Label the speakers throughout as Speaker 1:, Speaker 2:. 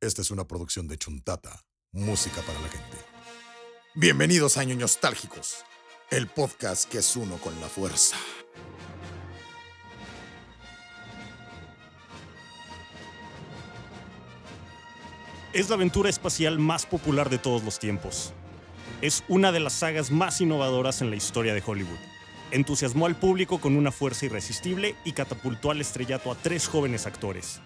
Speaker 1: Esta es una producción de Chuntata, música para la gente. Bienvenidos a Años Nostálgicos, el podcast que es uno con la fuerza.
Speaker 2: es la aventura espacial más popular de todos los tiempos. Es una de las sagas más innovadoras en la historia de Hollywood. Entusiasmó al público con una fuerza irresistible y catapultó al estrellato a tres jóvenes actores.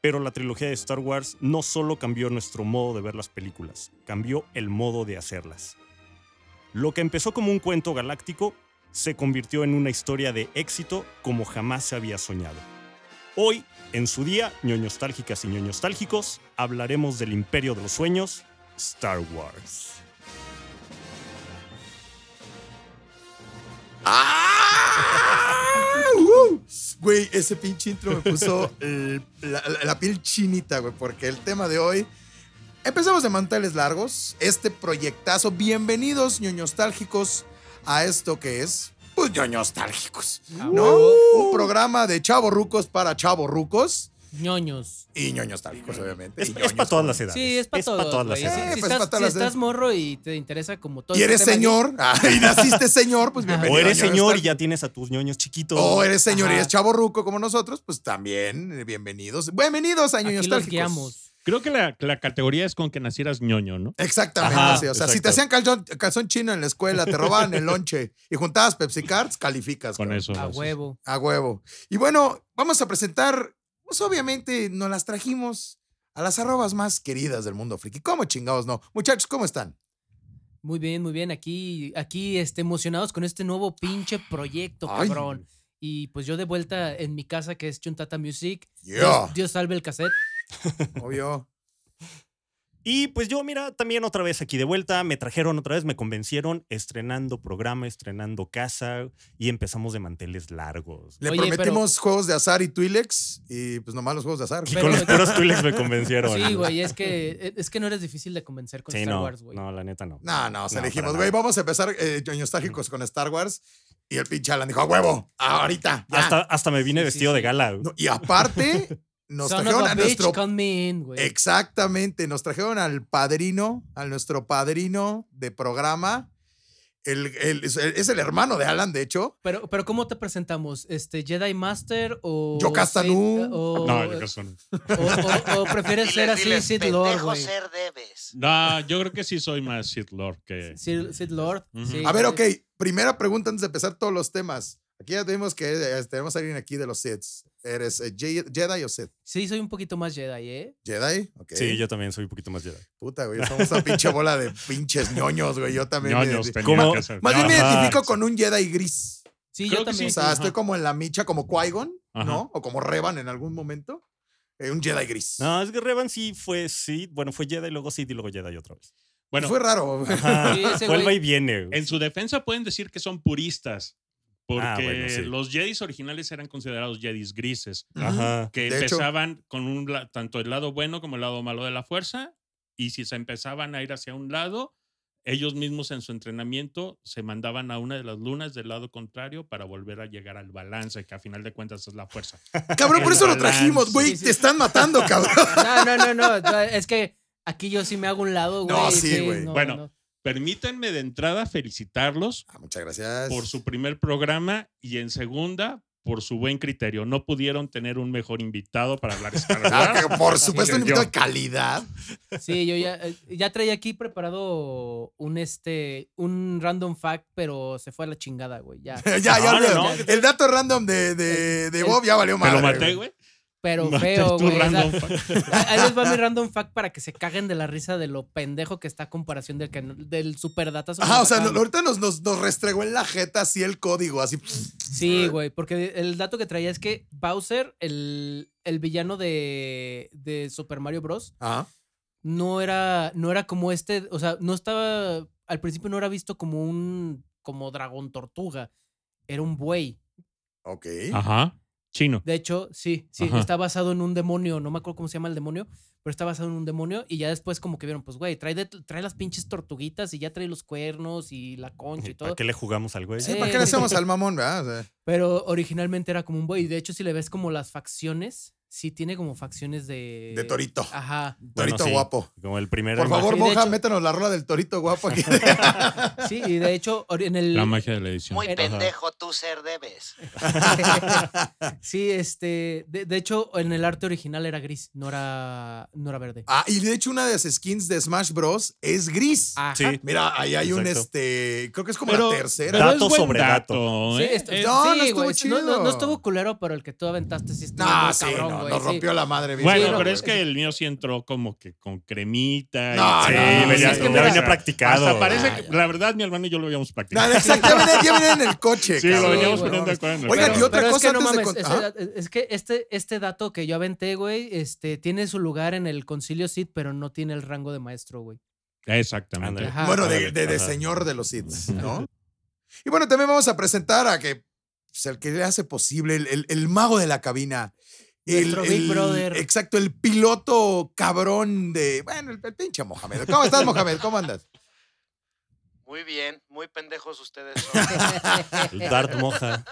Speaker 2: Pero la trilogía de Star Wars no solo cambió nuestro modo de ver las películas, cambió el modo de hacerlas. Lo que empezó como un cuento galáctico se convirtió en una historia de éxito como jamás se había soñado. Hoy, en su día, ñoñostálgicas y ñoñostálgicos, hablaremos del imperio de los sueños, Star Wars.
Speaker 1: Güey, ese pinche intro me puso eh, la, la- la piel chinita, güey, porque el tema de hoy. Empezamos de manteles largos, este proyectazo. Bienvenidos, ñoñostálgicos, a esto que es. Pues ñoñostálgicos. ¿No?
Speaker 3: ¡Uh!
Speaker 1: Un programa de chavorrucos para chavorrucos
Speaker 3: ñoños.
Speaker 1: y ñoñostálgicos, obviamente.
Speaker 2: Es,
Speaker 1: y
Speaker 2: es para todas las edades.
Speaker 3: Sí, es para todos.
Speaker 2: todas las
Speaker 3: güey. Si-
Speaker 1: edades. Eh,
Speaker 2: edades.
Speaker 3: Si,
Speaker 1: pues,
Speaker 3: estás,
Speaker 1: pa' todas
Speaker 3: si
Speaker 1: las
Speaker 3: estás morro y te interesa como todo
Speaker 1: Y eres
Speaker 3: este tema
Speaker 1: señor, ah, y naciste señor, pues
Speaker 3: Ajá.
Speaker 1: bienvenido.
Speaker 2: O eres
Speaker 1: ñoño
Speaker 2: señor
Speaker 1: nostálgico.
Speaker 2: y ya tienes a tus ñoños chiquitos.
Speaker 3: Oh, eh.
Speaker 1: O eres señor y
Speaker 3: Ajá.
Speaker 1: eres chavo ruco como nosotros, pues también eh, bienvenidos. Bienvenidos a
Speaker 3: Aquí
Speaker 1: Ñoños
Speaker 3: los
Speaker 1: Nostálgicos.
Speaker 3: guiamos.
Speaker 4: Creo que la, la categoría es con que nacieras ñoño, ¿no?
Speaker 1: Exactamente,
Speaker 2: Ajá,
Speaker 1: sí, O sea, si te
Speaker 2: exacto.
Speaker 1: hacían calzón, calzón chino en la escuela, te robaban el lonche y juntabas Pepsi Cards, calificas.
Speaker 4: Con
Speaker 1: cabrón.
Speaker 4: eso.
Speaker 3: A
Speaker 4: haces.
Speaker 3: huevo.
Speaker 1: A huevo. Y bueno, vamos a presentar, pues obviamente nos las trajimos a las arrobas más queridas del mundo friki. ¿Cómo chingados no? Muchachos, ¿cómo están?
Speaker 3: Muy bien, muy bien. Aquí, aquí este, emocionados con este nuevo pinche proyecto,
Speaker 1: Ay.
Speaker 3: cabrón. Y pues yo de vuelta en mi casa que es Chuntata Music.
Speaker 1: Yo,
Speaker 3: Dios, Dios salve el cassette.
Speaker 1: obvio.
Speaker 2: Y pues yo, mira, también otra vez aquí de vuelta, me trajeron otra vez, me convencieron, estrenando programa, estrenando casa y empezamos de manteles largos.
Speaker 1: Le
Speaker 3: Oye,
Speaker 1: prometimos juegos de azar y Twilex y pues nomás los juegos de azar.
Speaker 2: Y
Speaker 3: Pero-
Speaker 2: con los puros tuiles me convencieron.
Speaker 3: Sí, güey, es que, es que no eres difícil de convencer con
Speaker 2: Sí,
Speaker 3: Star
Speaker 2: no,
Speaker 3: Wars, güey.
Speaker 2: no, la neta no.
Speaker 1: No, no, o sea,
Speaker 2: No,
Speaker 1: dijimos,
Speaker 2: para
Speaker 1: güey,
Speaker 2: nada.
Speaker 1: vamos a empezar eh, ñoños trágicos con Star Wars. Y el pinche Alan dijo, a huevo, ahorita. ya".
Speaker 2: Hasta, hasta me vine
Speaker 3: Sí, sí,
Speaker 2: vestido
Speaker 3: sí.
Speaker 2: de gala.
Speaker 1: No, y aparte, nos
Speaker 3: Son
Speaker 1: trajeron
Speaker 3: of
Speaker 1: a
Speaker 3: a bitch,
Speaker 1: nuestro.
Speaker 3: come in, güey.
Speaker 1: Exactamente, nos trajeron al padrino, a nuestro padrino de programa. El- el- es, es el hermano de Alan, de hecho.
Speaker 3: Pero, pero ¿cómo te presentamos? Este, ¿Jedi Master o.
Speaker 1: Yocastanu.
Speaker 3: Sith- o-
Speaker 4: No, yo creo que son-
Speaker 3: O, o- o prefieres
Speaker 5: Diles,
Speaker 3: ser así,
Speaker 5: diles,
Speaker 3: Sid
Speaker 5: pendejo
Speaker 3: Lord, güey.
Speaker 5: ser debes.
Speaker 4: No, yo creo que sí soy más Sith Lord que.
Speaker 3: Sid, Sid Lord.
Speaker 4: Ujú.
Speaker 3: sí,
Speaker 1: A ver, ok,
Speaker 3: güey.
Speaker 1: primera pregunta antes de empezar todos los temas. Aquí ya tenemos que eh, tenemos a alguien aquí de los Siths. ¿Eres eh, Je- Jedi o Sith?
Speaker 3: Sí, soy un poquito más Jedi, ¿eh?
Speaker 1: ¿Jedi? Ok.
Speaker 2: Sí, yo también soy un poquito más Jedi.
Speaker 1: Puta, güey, somos una pinche bola de pinches ñoños, güey. Yo también. me-
Speaker 4: ñoños tenía
Speaker 2: ¿Cómo?
Speaker 4: que ser.
Speaker 1: Más bien me
Speaker 2: Ajá.
Speaker 1: identifico con un Jedi gris.
Speaker 3: Sí,
Speaker 4: Creo
Speaker 3: yo
Speaker 4: que
Speaker 3: también.
Speaker 1: O
Speaker 4: sí.
Speaker 1: sea,
Speaker 4: Ajá.
Speaker 1: estoy como en la micha, como Qui-Gon,
Speaker 4: Ajá.
Speaker 1: ¿no? O como Revan en algún momento. Eh, un Jedi gris.
Speaker 2: No, es que Revan sí fue sí, bueno, fue Jedi, luego Sith y luego Jedi otra vez.
Speaker 4: Bueno,
Speaker 1: Fue raro.
Speaker 2: Ajá,
Speaker 3: Sí, ese
Speaker 2: vuelva
Speaker 3: güey-
Speaker 2: y viene. güey.
Speaker 4: en su defensa pueden decir que son puristas. Porque
Speaker 2: Ah, bueno, sí.
Speaker 4: los Jedis originales eran considerados Jedis grises,
Speaker 2: Ajá.
Speaker 4: que
Speaker 1: Mm, De hecho.
Speaker 4: empezaban con un, la- tanto el lado bueno como el lado malo de la fuerza, y si se empezaban a ir hacia un lado, ellos mismos en su entrenamiento se mandaban a una de las lunas del lado contrario para volver a llegar al balance, que a final de cuentas es la fuerza.
Speaker 1: Cabrón, por eso lo
Speaker 4: Balance.
Speaker 1: trajimos, güey.
Speaker 3: Sí, sí.
Speaker 1: Te están matando, cabrón.
Speaker 3: No, no, no, no. no, Es que aquí yo sí me hago un lado, güey.
Speaker 1: No, sí, güey.
Speaker 4: Bueno. Permítanme de entrada felicitarlos
Speaker 1: Ah, muchas gracias.
Speaker 4: por su primer programa y en segunda por su buen criterio. No pudieron tener un mejor invitado para hablar Star
Speaker 1: Ah,
Speaker 4: Wars.
Speaker 1: que por supuesto, un
Speaker 4: Sí,
Speaker 1: invitado
Speaker 4: yo.
Speaker 1: de calidad.
Speaker 3: Sí, yo ya, eh, ya traía aquí preparado un este un random fact, pero se fue a la chingada, güey. Ya.
Speaker 1: ya, ya,
Speaker 4: No, no,
Speaker 1: ya.
Speaker 4: Ah, no.
Speaker 1: El dato random de, de, de
Speaker 3: El-
Speaker 1: Bob ya valió
Speaker 4: Me
Speaker 1: madre.
Speaker 4: lo maté,
Speaker 1: güey.
Speaker 4: güey.
Speaker 3: Pero
Speaker 4: Maté
Speaker 3: feo,
Speaker 4: tu
Speaker 3: güey. o sea,
Speaker 4: random fact.
Speaker 3: Ahí les va mi random fact para que se caguen de la risa de lo pendejo que está a comparación del, que, no- del superdatazo. que
Speaker 1: Ajá, Ah, o
Speaker 3: nos
Speaker 1: sea,
Speaker 3: acaban-
Speaker 1: no- ahorita nos, nos, nos restregó en la jeta así el código, así.
Speaker 3: Sí, güey, porque el dato que traía es que Bowser, el, el villano de, de Super Mario Bros.,
Speaker 1: Ajá.
Speaker 3: no era, no era como este, o sea, no estaba, al principio no era visto como un, como dragón tortuga, era un buey.
Speaker 1: Ok.
Speaker 4: Ajá. Chino.
Speaker 3: De hecho, sí, sí,
Speaker 4: Ajá.
Speaker 3: está basado en un demonio, no me acuerdo cómo se llama el demonio, pero está basado en un demonio y ya después como que vieron, pues, güey, trae, de- trae las pinches tortuguitas y ya trae los cuernos y la concha y
Speaker 2: ¿Para
Speaker 3: todo.
Speaker 2: qué le jugamos al güey?
Speaker 1: Sí,
Speaker 3: Sí.
Speaker 1: ¿para qué le hacemos al mamón, verdad? O sea,
Speaker 3: Pero originalmente era como un buey. De hecho, si le ves como las facciones, sí tiene como facciones de.
Speaker 1: De torito.
Speaker 3: Ajá.
Speaker 1: Torito
Speaker 2: sí,
Speaker 1: guapo.
Speaker 2: Como el primer.
Speaker 1: Por favor,
Speaker 3: Sí, Ah. de
Speaker 1: Moja,
Speaker 3: hecho-
Speaker 1: métenos la rola del torito guapo aquí.
Speaker 3: Sí, y de hecho, ori- en el.
Speaker 4: La magia de la edición.
Speaker 5: Muy
Speaker 3: Ajá.
Speaker 5: pendejo tú ser debes.
Speaker 3: sí, este. De, de hecho, en el arte original era gris, no era, no era verde.
Speaker 1: Ah, y de hecho, una de las skins de Smash Bros. es gris.
Speaker 3: Ajá.
Speaker 2: Sí.
Speaker 1: Mira, ahí hay un
Speaker 2: Exacto.
Speaker 1: este. Creo que es como
Speaker 4: Pero-
Speaker 1: la tercera.
Speaker 4: pero es
Speaker 2: Dato
Speaker 4: buen
Speaker 2: sobre dato.
Speaker 3: Sí,
Speaker 4: ¿eh?
Speaker 3: est-
Speaker 4: Es-
Speaker 1: No, no
Speaker 3: sí,
Speaker 1: estuvo
Speaker 3: güey, No, no- no
Speaker 1: chido.
Speaker 3: estuvo culero, pero el que tú aventaste sí estuvo
Speaker 1: no,
Speaker 3: muy
Speaker 1: sí,
Speaker 3: cabrón,
Speaker 1: no,
Speaker 3: güey,
Speaker 1: nos
Speaker 3: sí.
Speaker 1: rompió la madre. bien
Speaker 4: Bueno,
Speaker 1: feo,
Speaker 4: pero
Speaker 1: güey.
Speaker 4: es que el mío sí entró como que con cremita. y-
Speaker 1: No,
Speaker 2: Sí,
Speaker 1: no, Ah, no,
Speaker 2: venía-
Speaker 1: sí, es que
Speaker 2: ya
Speaker 1: mira,
Speaker 2: venía practicado.
Speaker 4: Hasta parece
Speaker 1: Ah,
Speaker 4: que,
Speaker 1: ya.
Speaker 4: la verdad, mi hermano y yo lo habíamos
Speaker 1: No,
Speaker 4: practicado.
Speaker 1: exactamente, ya viene en el coche.
Speaker 4: Sí, lo
Speaker 1: cabrón.
Speaker 4: veníamos
Speaker 1: No,
Speaker 4: poniendo de
Speaker 1: no,
Speaker 4: acuerdo. en el
Speaker 1: Oigan,
Speaker 4: carro.
Speaker 1: y otra
Speaker 3: pero
Speaker 1: cosa
Speaker 3: es que no
Speaker 1: antes de
Speaker 3: mames,
Speaker 1: con- Ajá.
Speaker 3: ese- es que este, este dato que yo aventé, güey, este, tiene su lugar en el concilio Sith, pero no tiene el rango de maestro, güey.
Speaker 4: Exactamente.
Speaker 2: Ándale.
Speaker 3: Ajá.
Speaker 1: Bueno,
Speaker 2: Ah, Órale,
Speaker 1: de, de- de
Speaker 2: ajá.
Speaker 1: señor de los Sith, ¿no? Y bueno, también vamos a presentar a que pues, el que le hace posible, el, el- el mago de la cabina. El,
Speaker 3: Nuestro Big
Speaker 1: el-
Speaker 3: Brother.
Speaker 1: Exacto, el piloto cabrón de. Bueno, el, el pinche Mohamed. ¿Cómo estás, Mohamed? ¿Cómo andas?
Speaker 5: Muy bien, muy pendejos ustedes. son.
Speaker 2: El Dart Moja.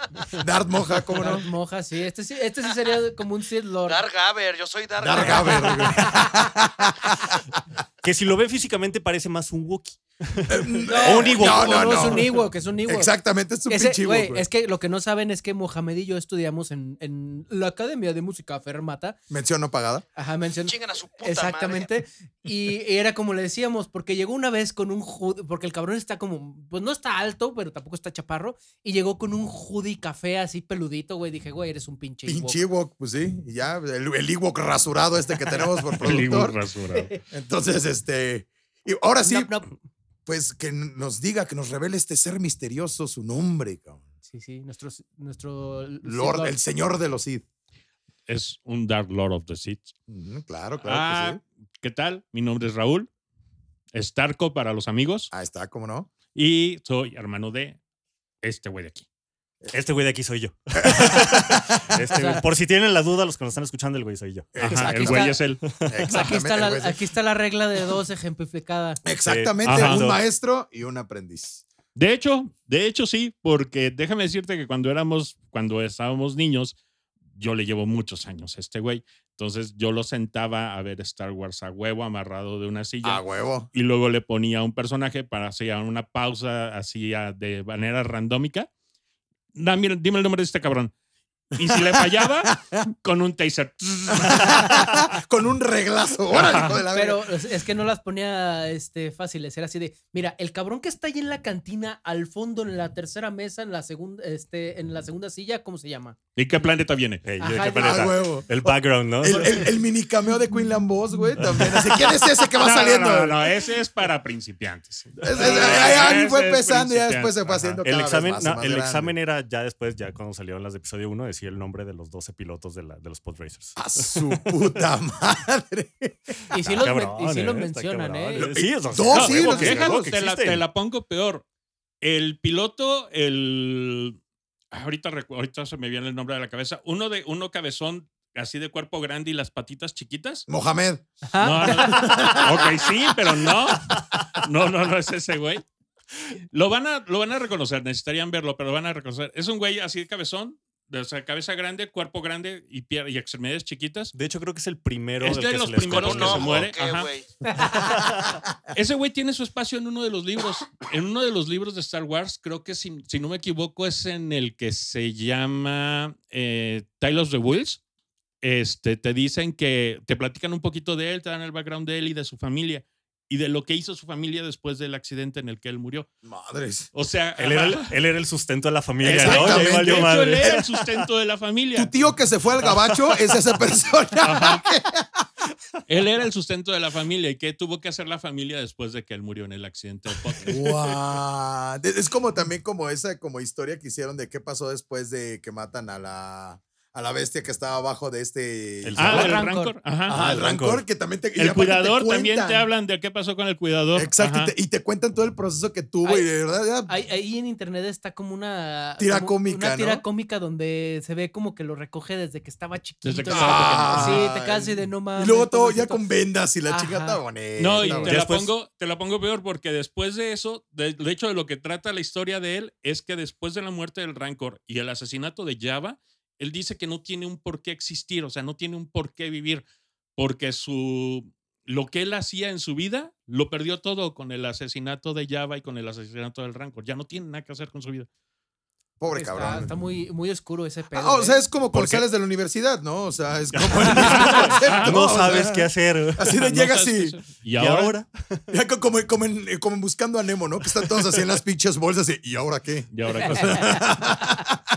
Speaker 1: Dart Moja, Ah, ¿cómo no?
Speaker 3: Darth Moja, sí. Este, sí. este sí sería como un Sith Lord.
Speaker 5: Dark Gaber, yo soy Dark,
Speaker 1: Dark
Speaker 5: Gaber.
Speaker 1: Haber, güey.
Speaker 2: Que si lo ven físicamente parece más un Wookiee.
Speaker 1: No,
Speaker 2: un Ewok.
Speaker 1: No, no,
Speaker 3: no,
Speaker 1: no.
Speaker 3: es un Ewok, es un Ewok.
Speaker 1: Exactamente, es un
Speaker 3: Ese,
Speaker 1: pinche Ewok,
Speaker 3: güey,
Speaker 1: güey.
Speaker 3: es que lo que no saben es que Mohamed y yo estudiamos en, en la Academia de Música Fermata.
Speaker 1: Mención no pagada.
Speaker 3: Ajá, mencionó.
Speaker 5: Chingan a su puta madre.
Speaker 3: Exactamente. Y era como le decíamos, porque llegó una vez con un hoodie, porque el cabrón está como, pues no está alto, pero tampoco está chaparro, y llegó con un hoodie café así peludito, güey. Dije, güey, eres un pinche. Ewok.
Speaker 1: Pinche Ewok, pues sí. Y ya, el, el Ewok rasurado este que tenemos por
Speaker 4: El Ibu
Speaker 1: productor.
Speaker 4: rasurado.
Speaker 1: Entonces, este. Y ahora sí,
Speaker 3: Nop, nop.
Speaker 1: pues que n- nos diga, que nos revele este ser misterioso, su nombre, cabrón.
Speaker 3: Sí, sí, nuestro, nuestro
Speaker 1: Lord,
Speaker 3: Sith
Speaker 1: el señor de los Sith.
Speaker 4: Es un Dark Lord of the Sith.
Speaker 1: Ujú, Claro, claro que
Speaker 4: Ah,
Speaker 1: sí.
Speaker 4: ¿qué tal? Mi nombre es Raúl. Starco para los amigos.
Speaker 1: Ahí está, ¿cómo no?
Speaker 4: Y soy hermano de este güey de aquí.
Speaker 2: Este güey de aquí soy yo. Este güey. por si tienen la duda, los que nos están escuchando, el güey soy yo.
Speaker 4: Ajá,
Speaker 3: Aquí
Speaker 4: el
Speaker 3: está.
Speaker 4: güey es él.
Speaker 3: Aquí
Speaker 1: Exactamente.
Speaker 3: está, la,
Speaker 1: el güey.
Speaker 3: aquí está la regla de dos ejemplificada.
Speaker 1: Exactamente,
Speaker 4: Ajá.
Speaker 1: un maestro y un aprendiz.
Speaker 4: De hecho, de hecho sí, porque déjame decirte que cuando éramos, cuando estábamos niños, yo le llevo muchos años a este güey. Entonces yo lo sentaba a ver Star Wars a huevo amarrado de una silla.
Speaker 1: A huevo.
Speaker 4: y luego le ponía un personaje para hacer una pausa así a- de manera randómica. Dame- dime el nombre de este cabrón. Y si le fallaba, con un taser.
Speaker 1: Con un reglazo. Órale, hijo de la verga.
Speaker 3: Pero es que no las ponía este, fáciles. Era así de, mira, el cabrón que está ahí en la cantina, al fondo, en la tercera mesa, en la segunda, este, en la segunda silla, ¿cómo se llama?
Speaker 4: ¿Y qué planeta viene?
Speaker 2: Ey, ¿de
Speaker 3: Ajá,
Speaker 2: qué
Speaker 3: ya.
Speaker 2: planeta?
Speaker 1: A huevo.
Speaker 2: El background, ¿no?
Speaker 1: El, el- el mini cameo de Queen Lambos, güey, también. Así, ¿Quién es ese que va
Speaker 4: No, no,
Speaker 1: saliendo?
Speaker 4: No, no, no, ese es para principiantes.
Speaker 1: Es- es- ahí- ahí
Speaker 4: Ese
Speaker 1: fue
Speaker 4: es
Speaker 1: empezando y ya
Speaker 4: principiante.
Speaker 1: después se fue
Speaker 4: Ajá.
Speaker 1: haciendo
Speaker 2: El
Speaker 1: cada vez
Speaker 2: examen,
Speaker 1: más,
Speaker 2: no,
Speaker 1: más
Speaker 2: el
Speaker 1: grande.
Speaker 2: examen era ya después, ya cuando salieron las de episodio 1, decía el nombre de los 12 pilotos de, la, de los Podracers.
Speaker 1: A su puta madre.
Speaker 3: Y sí los,
Speaker 2: Ah,
Speaker 3: men- y sí los mencionan, ¿eh?
Speaker 2: Oh, Sí, o sea,
Speaker 1: Dos,
Speaker 2: a
Speaker 1: sí,
Speaker 2: huevo
Speaker 1: los
Speaker 2: que- a
Speaker 1: mencionan.
Speaker 2: huevo
Speaker 4: Déjalo,
Speaker 2: que
Speaker 4: te, la,
Speaker 2: existen.
Speaker 4: te la pongo peor. El piloto, el. Ahorita, recu- ahorita se me viene el nombre de la cabeza. Uno de uno cabezón así de cuerpo grande y las patitas chiquitas.
Speaker 1: Mohamed.
Speaker 3: Ajá.
Speaker 4: No, no. Ok, sí, pero no. No, no, no es ese güey. Lo van, a, lo van a reconocer, necesitarían verlo, pero lo van a reconocer. Es un güey así de cabezón, de, o sea, cabeza grande, cuerpo grande y, pier- y extremidades chiquitas.
Speaker 2: De hecho, creo que es el primero.
Speaker 4: Es
Speaker 2: del
Speaker 4: de
Speaker 2: que
Speaker 4: los
Speaker 2: se les
Speaker 4: primeros
Speaker 2: corta
Speaker 5: Con
Speaker 4: Con
Speaker 5: un
Speaker 4: que se
Speaker 5: ojo,
Speaker 2: el-
Speaker 4: muere,
Speaker 5: ¿qué,
Speaker 4: ajá.
Speaker 5: güey?
Speaker 4: Ese güey tiene su espacio en uno de los libros. En uno de los libros de Star Wars, creo que si, si no me equivoco, es en el que se llama eh, Tale of the Wheels. Este, te dicen que te platican un poquito de él, te dan el background de él y de su familia y de lo que hizo su familia después del accidente en el que él murió.
Speaker 1: Madres.
Speaker 4: O sea,
Speaker 2: Él era, el,
Speaker 4: ajá.
Speaker 2: él era el sustento de la familia. ¿no?
Speaker 1: Exactamente.
Speaker 2: Ya
Speaker 4: de
Speaker 2: valió
Speaker 4: hecho, él
Speaker 2: madre.
Speaker 4: era el sustento de la
Speaker 1: Tu
Speaker 4: familia.
Speaker 1: tío que se fue al gabacho es esa persona.
Speaker 4: Él era el sustento de la familia y qué tuvo que hacer la familia después de que él murió en el accidente de
Speaker 1: Ah,
Speaker 4: Potter.
Speaker 1: Guau. De- Es como también como esa como historia que hicieron de qué pasó después de que matan a la, a la bestia que estaba abajo de este.
Speaker 2: El-
Speaker 4: Ah, el
Speaker 3: Rancor.
Speaker 4: Rancor. Ajá.
Speaker 1: Ajá, el
Speaker 2: el
Speaker 1: rancor,
Speaker 2: rancor.
Speaker 1: que también te. y
Speaker 4: El
Speaker 1: aparte
Speaker 4: cuidador también te
Speaker 1: cuentan.
Speaker 4: hablan de qué pasó con el cuidador.
Speaker 1: Exacto, y
Speaker 4: Ajá.
Speaker 1: te, y te cuentan todo el proceso que tuvo
Speaker 3: Ay,
Speaker 1: y de verdad. ya-
Speaker 3: Ahí, ahí en internet está como una
Speaker 1: Tira
Speaker 3: como
Speaker 1: cómica,
Speaker 3: Una tira
Speaker 1: ¿no?
Speaker 3: cómico donde se ve como que lo recoge desde que estaba chiquito.
Speaker 4: Desde que
Speaker 3: y-
Speaker 4: estaba
Speaker 1: pequeño.
Speaker 3: Sí, te quedas así de no mames.
Speaker 1: y luego todo
Speaker 3: pobrecito.
Speaker 1: ya con vendas y la
Speaker 3: Ajá.
Speaker 1: chica está bonita.
Speaker 4: No, y
Speaker 1: está
Speaker 4: te
Speaker 1: bonita.
Speaker 4: la,
Speaker 2: Después-
Speaker 4: pongo, te la pongo peor porque después de eso, de, de hecho de lo que trata la historia de él es que después de la muerte del Rancor y el asesinato de Java, Él dice que no tiene un por qué existir, o sea, no tiene un por qué vivir, porque su lo que él hacía en su vida lo perdió todo con el asesinato de Java y con el asesinato del Rancor. Ya no tiene nada que hacer con su vida.
Speaker 1: Pobre
Speaker 3: está,
Speaker 1: cabrón.
Speaker 3: Está muy, muy oscuro ese pedo.
Speaker 1: Ah, o
Speaker 3: ¿eh?
Speaker 1: sea, es como
Speaker 2: ¿Por
Speaker 1: cuando
Speaker 2: qué?
Speaker 1: sales de la universidad, ¿no? O sea, es como el mismo concepto,
Speaker 2: No
Speaker 1: Ah, o sea,
Speaker 2: sabes qué hacer.
Speaker 1: Así de
Speaker 4: No
Speaker 1: llegas
Speaker 4: sabes qué
Speaker 1: y,
Speaker 4: hacer. ¿Y
Speaker 2: ¿Y
Speaker 4: ahora?
Speaker 2: ahora?
Speaker 1: ya co- como, como, en- eh, como buscando a Nemo, ¿no? Que están todos así en las pinches bolsas y, ¿y ahora qué?
Speaker 4: ¿Y ahora qué hacer?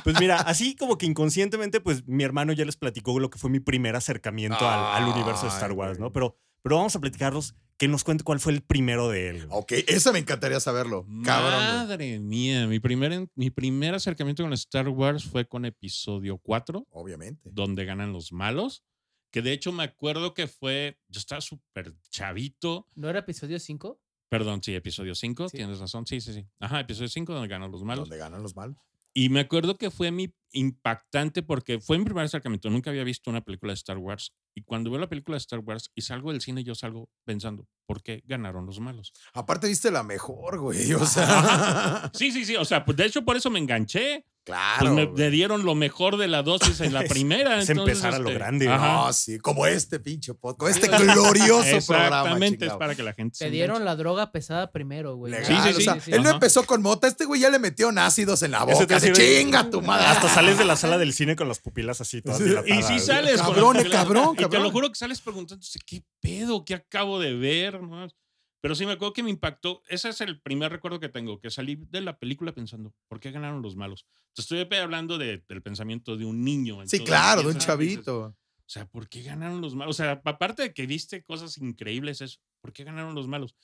Speaker 2: Pues mira, así como que inconscientemente, pues mi hermano ya les platicó lo que fue mi primer acercamiento al, al universo de Star
Speaker 1: Ay,
Speaker 2: Wars,
Speaker 1: güey.
Speaker 2: ¿no? Pero, pero vamos a platicarlos, que nos cuente cuál fue el primero de él. güey.
Speaker 1: Ok, esa me encantaría saberlo. Cabrón. güey.
Speaker 4: Madre mía, mi primer, en- mi primer acercamiento con Star Wars fue con episodio 4,
Speaker 1: Obviamente.
Speaker 4: donde ganan los malos. Que de hecho me acuerdo que fue. Yo estaba súper chavito.
Speaker 3: ¿No era episodio 5?
Speaker 4: Perdón, sí, episodio 5,
Speaker 3: Sí.
Speaker 4: tienes razón. Sí, sí, sí. Ajá, episodio 5, donde ganan los malos.
Speaker 1: Donde ganan los malos.
Speaker 4: Y me acuerdo que fue mi impactante porque fue mi primer acercamiento. Nunca había visto una película de Star Wars. Y cuando veo la película de Star Wars y salgo del cine, yo salgo pensando, ¿por qué ganaron los malos?
Speaker 1: Aparte, viste la mejor, güey. O sea,
Speaker 4: Sí, sí, sí. O sea, pues de hecho, por eso me enganché. Ah. Pues
Speaker 1: claro.
Speaker 4: me,
Speaker 1: güey.
Speaker 4: me dieron lo mejor de la dosis en la
Speaker 2: Es-
Speaker 4: primera.
Speaker 2: es
Speaker 4: entonces, este,
Speaker 2: empezar a lo grande, ¿no?
Speaker 4: ajá.
Speaker 1: No, sí, como este pinche podcast, este glorioso programa.
Speaker 4: Exactamente, es
Speaker 1: chingado.
Speaker 4: para que la gente se
Speaker 3: Te dieron
Speaker 4: enganche.
Speaker 3: la droga pesada primero, güey.
Speaker 1: Legal,
Speaker 4: Sí, sí,
Speaker 1: o sea,
Speaker 4: sí, sí.
Speaker 1: Él no
Speaker 4: Ajá.
Speaker 1: empezó con mota, este güey ya le metió ácidos en la
Speaker 2: Eso te
Speaker 1: boca.
Speaker 2: iba a
Speaker 1: De
Speaker 2: decir.
Speaker 1: chinga tu madre.
Speaker 2: Hasta sales de la sala del cine con las pupilas así todas
Speaker 4: Y
Speaker 2: dilatadas,
Speaker 4: sí
Speaker 2: güey.
Speaker 4: sales. con
Speaker 1: Cabrón,
Speaker 4: la película.
Speaker 1: cabrón,
Speaker 4: Y te lo
Speaker 1: cabrón.
Speaker 4: juro que sales preguntándose, ¿qué pedo? ¿Qué acabo de ver? ¿No? Pero sí me acuerdo que me impactó. Ese es el primer recuerdo que tengo, que salí de la película pensando, ¿por qué ganaron los malos? Te estoy pe- hablando de- del pensamiento de un niño.
Speaker 1: Sí,
Speaker 4: entonces
Speaker 1: claro, de un
Speaker 4: empiezas- dices,
Speaker 1: chavito.
Speaker 4: o sea, ¿por qué ganaron los malos? O sea, aparte de que viste cosas increíbles, eso, ¿por qué ganaron los malos?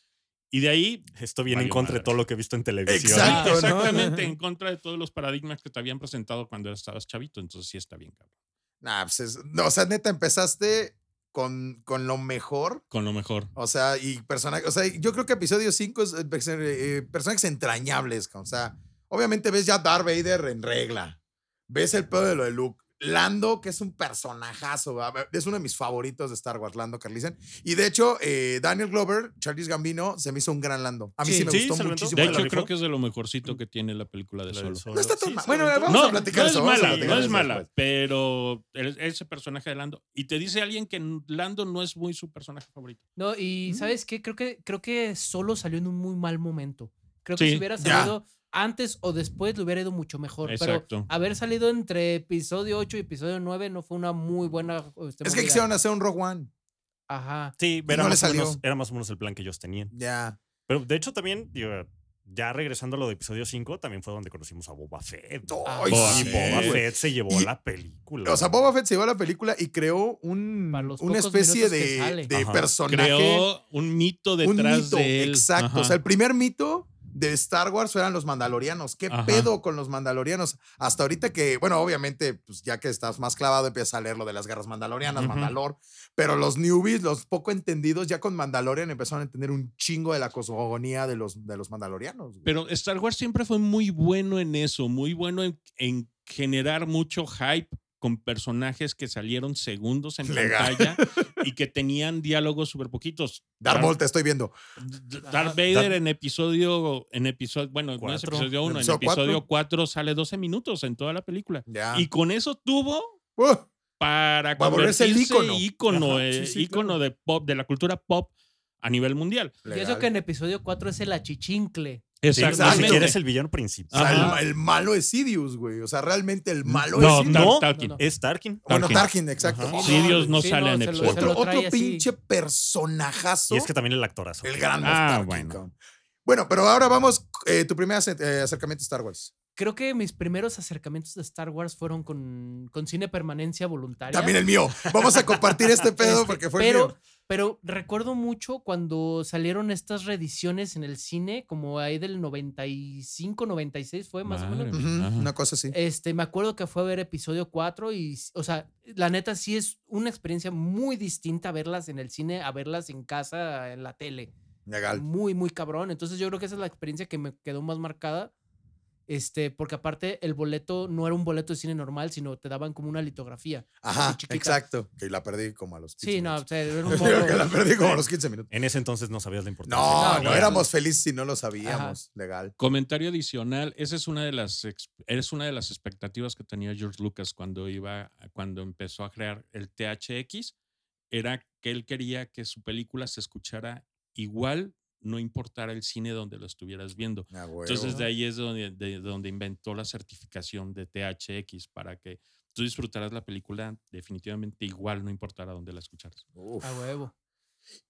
Speaker 4: Y de ahí
Speaker 2: Esto viene en
Speaker 4: Valió
Speaker 2: contra de
Speaker 4: madre.
Speaker 2: todo lo que he visto en televisión.
Speaker 4: Sí,
Speaker 1: Exacto, ¿no?
Speaker 4: exactamente en contra de todos los paradigmas que te habían presentado cuando estabas chavito. Entonces sí está bien, cabrón.
Speaker 1: Nah, pues es- no, o sea, neta, empezaste con, con lo mejor.
Speaker 4: Con lo mejor.
Speaker 1: O sea, y personajes. O sea, yo creo que episodio 5 es eh, perso- eh, personajes entrañables. O sea, obviamente ves ya Darth Vader en regla. Ves el pedo de lo de Luke. Lando, que es un personajazo, va, es uno de mis favoritos de Star Wars, Lando Carlisen. Y de hecho, eh, Daniel Glover, Charles Gambino, se me hizo un gran Lando. A mí sí,
Speaker 2: Sí,
Speaker 1: me
Speaker 2: sí, se
Speaker 1: gustó
Speaker 2: lo aventó.
Speaker 1: muchísimo.
Speaker 4: De
Speaker 1: el
Speaker 4: hecho,
Speaker 1: Lando.
Speaker 2: rifó?
Speaker 4: creo que es de lo mejorcito que tiene la película de
Speaker 2: La del
Speaker 4: Solo.
Speaker 2: solo.
Speaker 1: No está tan
Speaker 2: Sí,
Speaker 1: mal.
Speaker 2: se
Speaker 1: Bueno,
Speaker 2: aventó.
Speaker 1: vamos
Speaker 4: No,
Speaker 1: a platicar
Speaker 4: no
Speaker 1: eso.
Speaker 4: es
Speaker 1: vamos a
Speaker 4: mala,
Speaker 1: platicar
Speaker 4: no es
Speaker 1: eso
Speaker 4: mala,
Speaker 1: después.
Speaker 4: pero el- ese personaje de Lando. Y te dice alguien que Lando no es muy su personaje favorito.
Speaker 3: No,
Speaker 4: Mm.
Speaker 3: y ¿sabes qué? Creo que, creo que solo salió en un muy mal momento. Creo que
Speaker 4: Sí,
Speaker 3: si hubiera
Speaker 1: ya.
Speaker 3: salido antes o después le hubiera ido mucho mejor.
Speaker 4: Exacto.
Speaker 3: Pero haber salido entre episodio 8 y episodio 9 no fue una muy buena. este,
Speaker 1: Es que
Speaker 3: movida.
Speaker 1: quisieron hacer un Rogue One.
Speaker 3: Ajá.
Speaker 2: Sí,
Speaker 1: no
Speaker 2: era,
Speaker 1: le
Speaker 2: más o
Speaker 1: salió.
Speaker 2: menos, era más o menos el plan que ellos tenían.
Speaker 1: Ya.
Speaker 2: Pero de hecho también, digo, ya regresando a lo de episodio 5, también fue donde conocimos a Boba Fett. güey.
Speaker 1: Ay,
Speaker 4: Ah, Boba
Speaker 1: sí,
Speaker 2: y Boba
Speaker 1: güey.
Speaker 2: Fett se llevó
Speaker 1: Y-
Speaker 2: la película.
Speaker 1: O sea, Boba Fett se llevó a la película y creó un,
Speaker 3: Para los
Speaker 1: una
Speaker 3: pocos
Speaker 1: especie
Speaker 3: minutos que
Speaker 1: de,
Speaker 3: sale.
Speaker 1: de
Speaker 2: Ajá.
Speaker 1: personaje.
Speaker 4: Creó un mito
Speaker 1: un
Speaker 4: detrás
Speaker 1: mito,
Speaker 4: de él.
Speaker 1: exacto.
Speaker 4: Ajá.
Speaker 1: O sea, el primer mito de Star Wars eran los mandalorianos. ¿Qué
Speaker 4: Ajá.
Speaker 1: pedo con los mandalorianos? Hasta ahorita que, bueno, obviamente, pues ya que estás más clavado, empiezas a leer lo de las guerras mandalorianas,
Speaker 4: Ujú.
Speaker 1: Mandalor. Pero los newbies, los poco entendidos, ya con Mandalorian empezaron a entender un chingo de la cosmogonía de los, de los mandalorianos. güey.
Speaker 4: Pero Star Wars siempre fue muy bueno en eso, muy bueno en, en generar mucho hype con personajes que salieron segundos en
Speaker 1: Legal.
Speaker 4: pantalla y que tenían diálogos súper poquitos.
Speaker 1: Darth Maul, te estoy viendo.
Speaker 4: D- Darth Vader
Speaker 2: Dar-
Speaker 4: en episodio, en episodio, bueno, no es
Speaker 2: Cuatro.
Speaker 4: episodio 1, en
Speaker 1: Episodio cuatro.
Speaker 4: episodio 4 sale 12 minutos en toda la película.
Speaker 1: Ya.
Speaker 4: Y con eso tuvo
Speaker 1: Uh,
Speaker 4: para
Speaker 1: Para volverse
Speaker 4: convertirse
Speaker 1: el
Speaker 4: el
Speaker 1: ícono.
Speaker 4: ícono, ícono,
Speaker 1: Ajá, sí,
Speaker 4: eh,
Speaker 1: sí,
Speaker 4: ícono de pop, de la cultura pop a nivel mundial.
Speaker 3: Y eso
Speaker 1: legal.
Speaker 3: que en episodio 4 es el achichincle.
Speaker 2: Sí, ni
Speaker 1: Exactamente.
Speaker 2: siquiera es el villano
Speaker 1: O sea, el-
Speaker 2: principal.
Speaker 4: Ajá.
Speaker 1: el, malo es Sidious, güey. O sea, realmente el malo es
Speaker 4: No,
Speaker 1: Sidious.
Speaker 2: No,
Speaker 4: no, Tarkin.
Speaker 3: no, no.
Speaker 2: Es Tarkin.
Speaker 1: Bueno,
Speaker 4: Tarkin.
Speaker 1: Tarkin, exacto.
Speaker 2: Ajá.
Speaker 1: No,
Speaker 4: Sí, Dios
Speaker 1: no.
Speaker 4: no
Speaker 3: Sí,
Speaker 4: sale
Speaker 3: no,
Speaker 4: en
Speaker 3: se lo-
Speaker 4: episodio
Speaker 3: se lo
Speaker 1: Otro,
Speaker 3: trae
Speaker 1: otro
Speaker 3: así.
Speaker 1: pinche personajazo.
Speaker 2: Y es que también el actorazo.
Speaker 1: el gran
Speaker 4: Ah,
Speaker 1: Tarkin,
Speaker 4: bueno.
Speaker 1: cabrón. Bueno, pero ahora vamos. eh, tu primer ace- eh, acercamiento a Star Wars.
Speaker 3: Creo que mis primeros acercamientos de Star Wars fueron con, con cine permanencia voluntaria.
Speaker 1: También el mío. Vamos a compartir este pedo
Speaker 3: Este,
Speaker 1: porque fue el
Speaker 3: pero,
Speaker 1: mío.
Speaker 3: pero recuerdo mucho cuando salieron estas reediciones en el cine, como ahí del 95, 96 fue más o
Speaker 4: Madre
Speaker 3: menos.
Speaker 4: mía.
Speaker 1: Ujú,
Speaker 4: Ajá.
Speaker 1: Una cosa así.
Speaker 3: Este, me acuerdo que fue a ver episodio 4 y, s- o sea, la neta sí es una experiencia muy distinta verlas en el cine a verlas en casa, en la tele.
Speaker 1: Legal.
Speaker 3: Muy, muy cabrón. Entonces yo creo que esa es la experiencia que me quedó más marcada. Este, porque aparte el boleto no era un boleto de cine normal, sino te daban como una litografía.
Speaker 1: Ajá,
Speaker 3: así chiquita.
Speaker 1: exacto. Que la perdí como a los 15
Speaker 3: Sí, no, o
Speaker 1: minutos.
Speaker 3: sea, era un
Speaker 1: Yo creo que la
Speaker 3: morro.
Speaker 1: perdí como a los 15 minutos.
Speaker 2: En ese entonces no sabías la importancia.
Speaker 1: No, no,
Speaker 3: claro.
Speaker 1: éramos felices si no lo sabíamos. Legal.
Speaker 4: Comentario adicional, esa es una de las ex- es una de las expectativas que tenía George Lucas cuando iba cuando empezó a crear el THX era que él quería que su película se escuchara igual, no importara el cine donde lo estuvieras viendo.
Speaker 1: Ah, huevo.
Speaker 4: Entonces de ahí es donde, de donde inventó la certificación de THX para que tú disfrutaras la película definitivamente igual, no importara donde la escucharas.
Speaker 1: Uf.
Speaker 3: A huevo.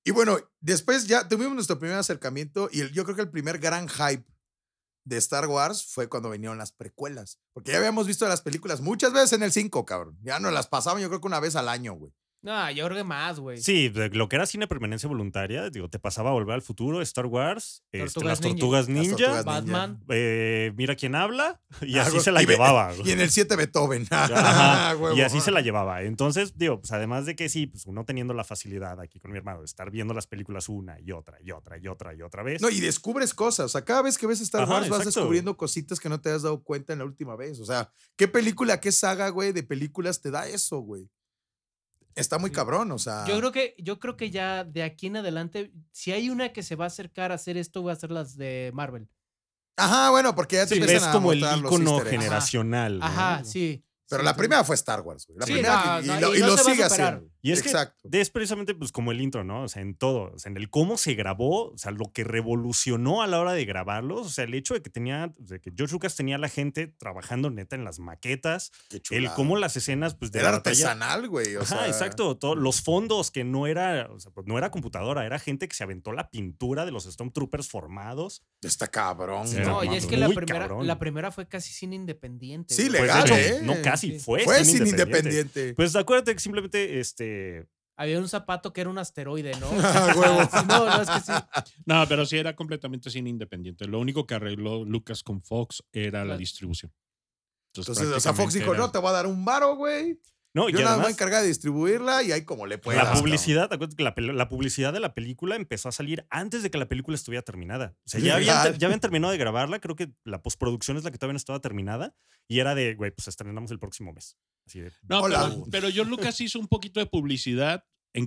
Speaker 1: Y bueno, después ya tuvimos nuestro primer acercamiento y el- yo creo que el primer gran hype de Star Wars fue cuando vinieron las precuelas. Porque ya habíamos visto las películas muchas veces en el 5, cabrón. Ya nos las pasaban yo creo que una vez al año, güey.
Speaker 3: No, yo creo que más, güey.
Speaker 2: Sí, de lo que era cine permanencia voluntaria, digo, te pasaba a Volver al Futuro, Star Wars, este,
Speaker 3: Tortugas
Speaker 2: las
Speaker 3: Ninja.
Speaker 1: Las
Speaker 2: Tortugas Ninja,
Speaker 1: Tortugas
Speaker 3: Batman.
Speaker 2: eh, Mira quién habla, y
Speaker 1: Ah,
Speaker 2: así
Speaker 1: güey,
Speaker 2: se la
Speaker 1: y ve-
Speaker 2: llevaba.
Speaker 1: Y en el 7 Beethoven.
Speaker 2: Ajá,
Speaker 1: Ah, huevo.
Speaker 2: y así se la llevaba. Entonces, digo, pues además de que sí, pues uno teniendo la facilidad aquí con mi hermano de estar viendo las películas una y otra y otra y otra y otra vez.
Speaker 1: No, y descubres cosas. O sea, cada vez que ves Star
Speaker 2: Ajá,
Speaker 1: Wars vas
Speaker 2: exacto.
Speaker 1: descubriendo cositas que no te has dado cuenta en la última vez. O sea, ¿qué película, qué saga, güey, de películas te da eso, güey? Está muy
Speaker 3: Sí.
Speaker 1: cabrón, o sea.
Speaker 3: Yo creo que, yo creo que ya de aquí en adelante, si hay una que se va a acercar a hacer esto, va a ser las de Marvel.
Speaker 1: Ajá, bueno, porque ya te
Speaker 2: Sí, ves
Speaker 1: empiezan a
Speaker 2: como el
Speaker 1: mostrar los
Speaker 2: icono
Speaker 1: easter eggs.
Speaker 2: generacional. ¿no?
Speaker 3: Ajá, sí.
Speaker 1: Pero
Speaker 3: sí,
Speaker 1: la
Speaker 3: entonces-
Speaker 1: primera fue Star Wars, güey. La
Speaker 3: Sí,
Speaker 1: primera
Speaker 3: no,
Speaker 1: que- y,
Speaker 3: no,
Speaker 1: lo,
Speaker 3: y
Speaker 1: y
Speaker 3: no
Speaker 1: lo
Speaker 3: se va a
Speaker 1: sigue
Speaker 3: superar.
Speaker 1: haciendo.
Speaker 2: Y es que
Speaker 1: Exacto.
Speaker 2: Es precisamente pues como el intro, ¿no? O sea, en todo, o sea, en el cómo se grabó, o sea, lo que revolucionó a la hora de grabarlos, o sea, el hecho de que tenía, de que George Lucas tenía a la gente trabajando neta en las maquetas,
Speaker 1: Qué
Speaker 2: el
Speaker 1: chulada.
Speaker 2: cómo las escenas pues de
Speaker 1: Era
Speaker 2: la batalla-
Speaker 1: artesanal, güey. O
Speaker 2: Ajá,
Speaker 1: sea,
Speaker 2: exacto, todo- los fondos que no era, o sea, pues, no era computadora, era gente que se aventó la pintura de los Stormtroopers formados.
Speaker 1: Está cabrón.
Speaker 2: Sí,
Speaker 1: güey.
Speaker 3: No, y
Speaker 2: Era
Speaker 3: es que la
Speaker 2: muy
Speaker 3: primera,
Speaker 2: cabrón.
Speaker 3: la primera fue casi cine independiente.
Speaker 1: Sí,
Speaker 3: güey.
Speaker 2: Pues, de
Speaker 1: Legal,
Speaker 2: hecho,
Speaker 1: ¿eh?
Speaker 2: no casi,
Speaker 3: Sí.
Speaker 2: fue,
Speaker 1: Fue
Speaker 2: sin
Speaker 1: sin independiente.
Speaker 2: Pues acuérdate que simplemente este
Speaker 3: Había un zapato que era un asteroide, ¿no?
Speaker 1: Ah, huevo.
Speaker 3: Sí, no, no, es que sí.
Speaker 4: No, pero sí era completamente cine independiente. Lo único que arregló Lucas con Fox era la
Speaker 3: Claro.
Speaker 4: distribución.
Speaker 1: Entonces, o sea, Fox
Speaker 4: prácticamente
Speaker 1: dijo,
Speaker 4: era-
Speaker 1: no, te voy a dar un varo, güey.
Speaker 2: Pues, no, y
Speaker 1: Yo nada más me
Speaker 2: además-
Speaker 1: encargado de distribuirla y ahí como le puedas.
Speaker 2: Pues, la
Speaker 1: cabrón.
Speaker 2: publicidad, acuérdate que la, pel- la publicidad de la película empezó a salir antes de que la película estuviera terminada. O sea, ya habían, ter-
Speaker 1: Legal.
Speaker 2: ya habían terminado de grabarla, creo que la postproducción es la que todavía no estaba terminada y era de, güey, pues estrenamos el próximo mes. Así de,
Speaker 4: No,
Speaker 1: Hola.
Speaker 4: pero, pero George Lucas hizo un poquito de publicidad en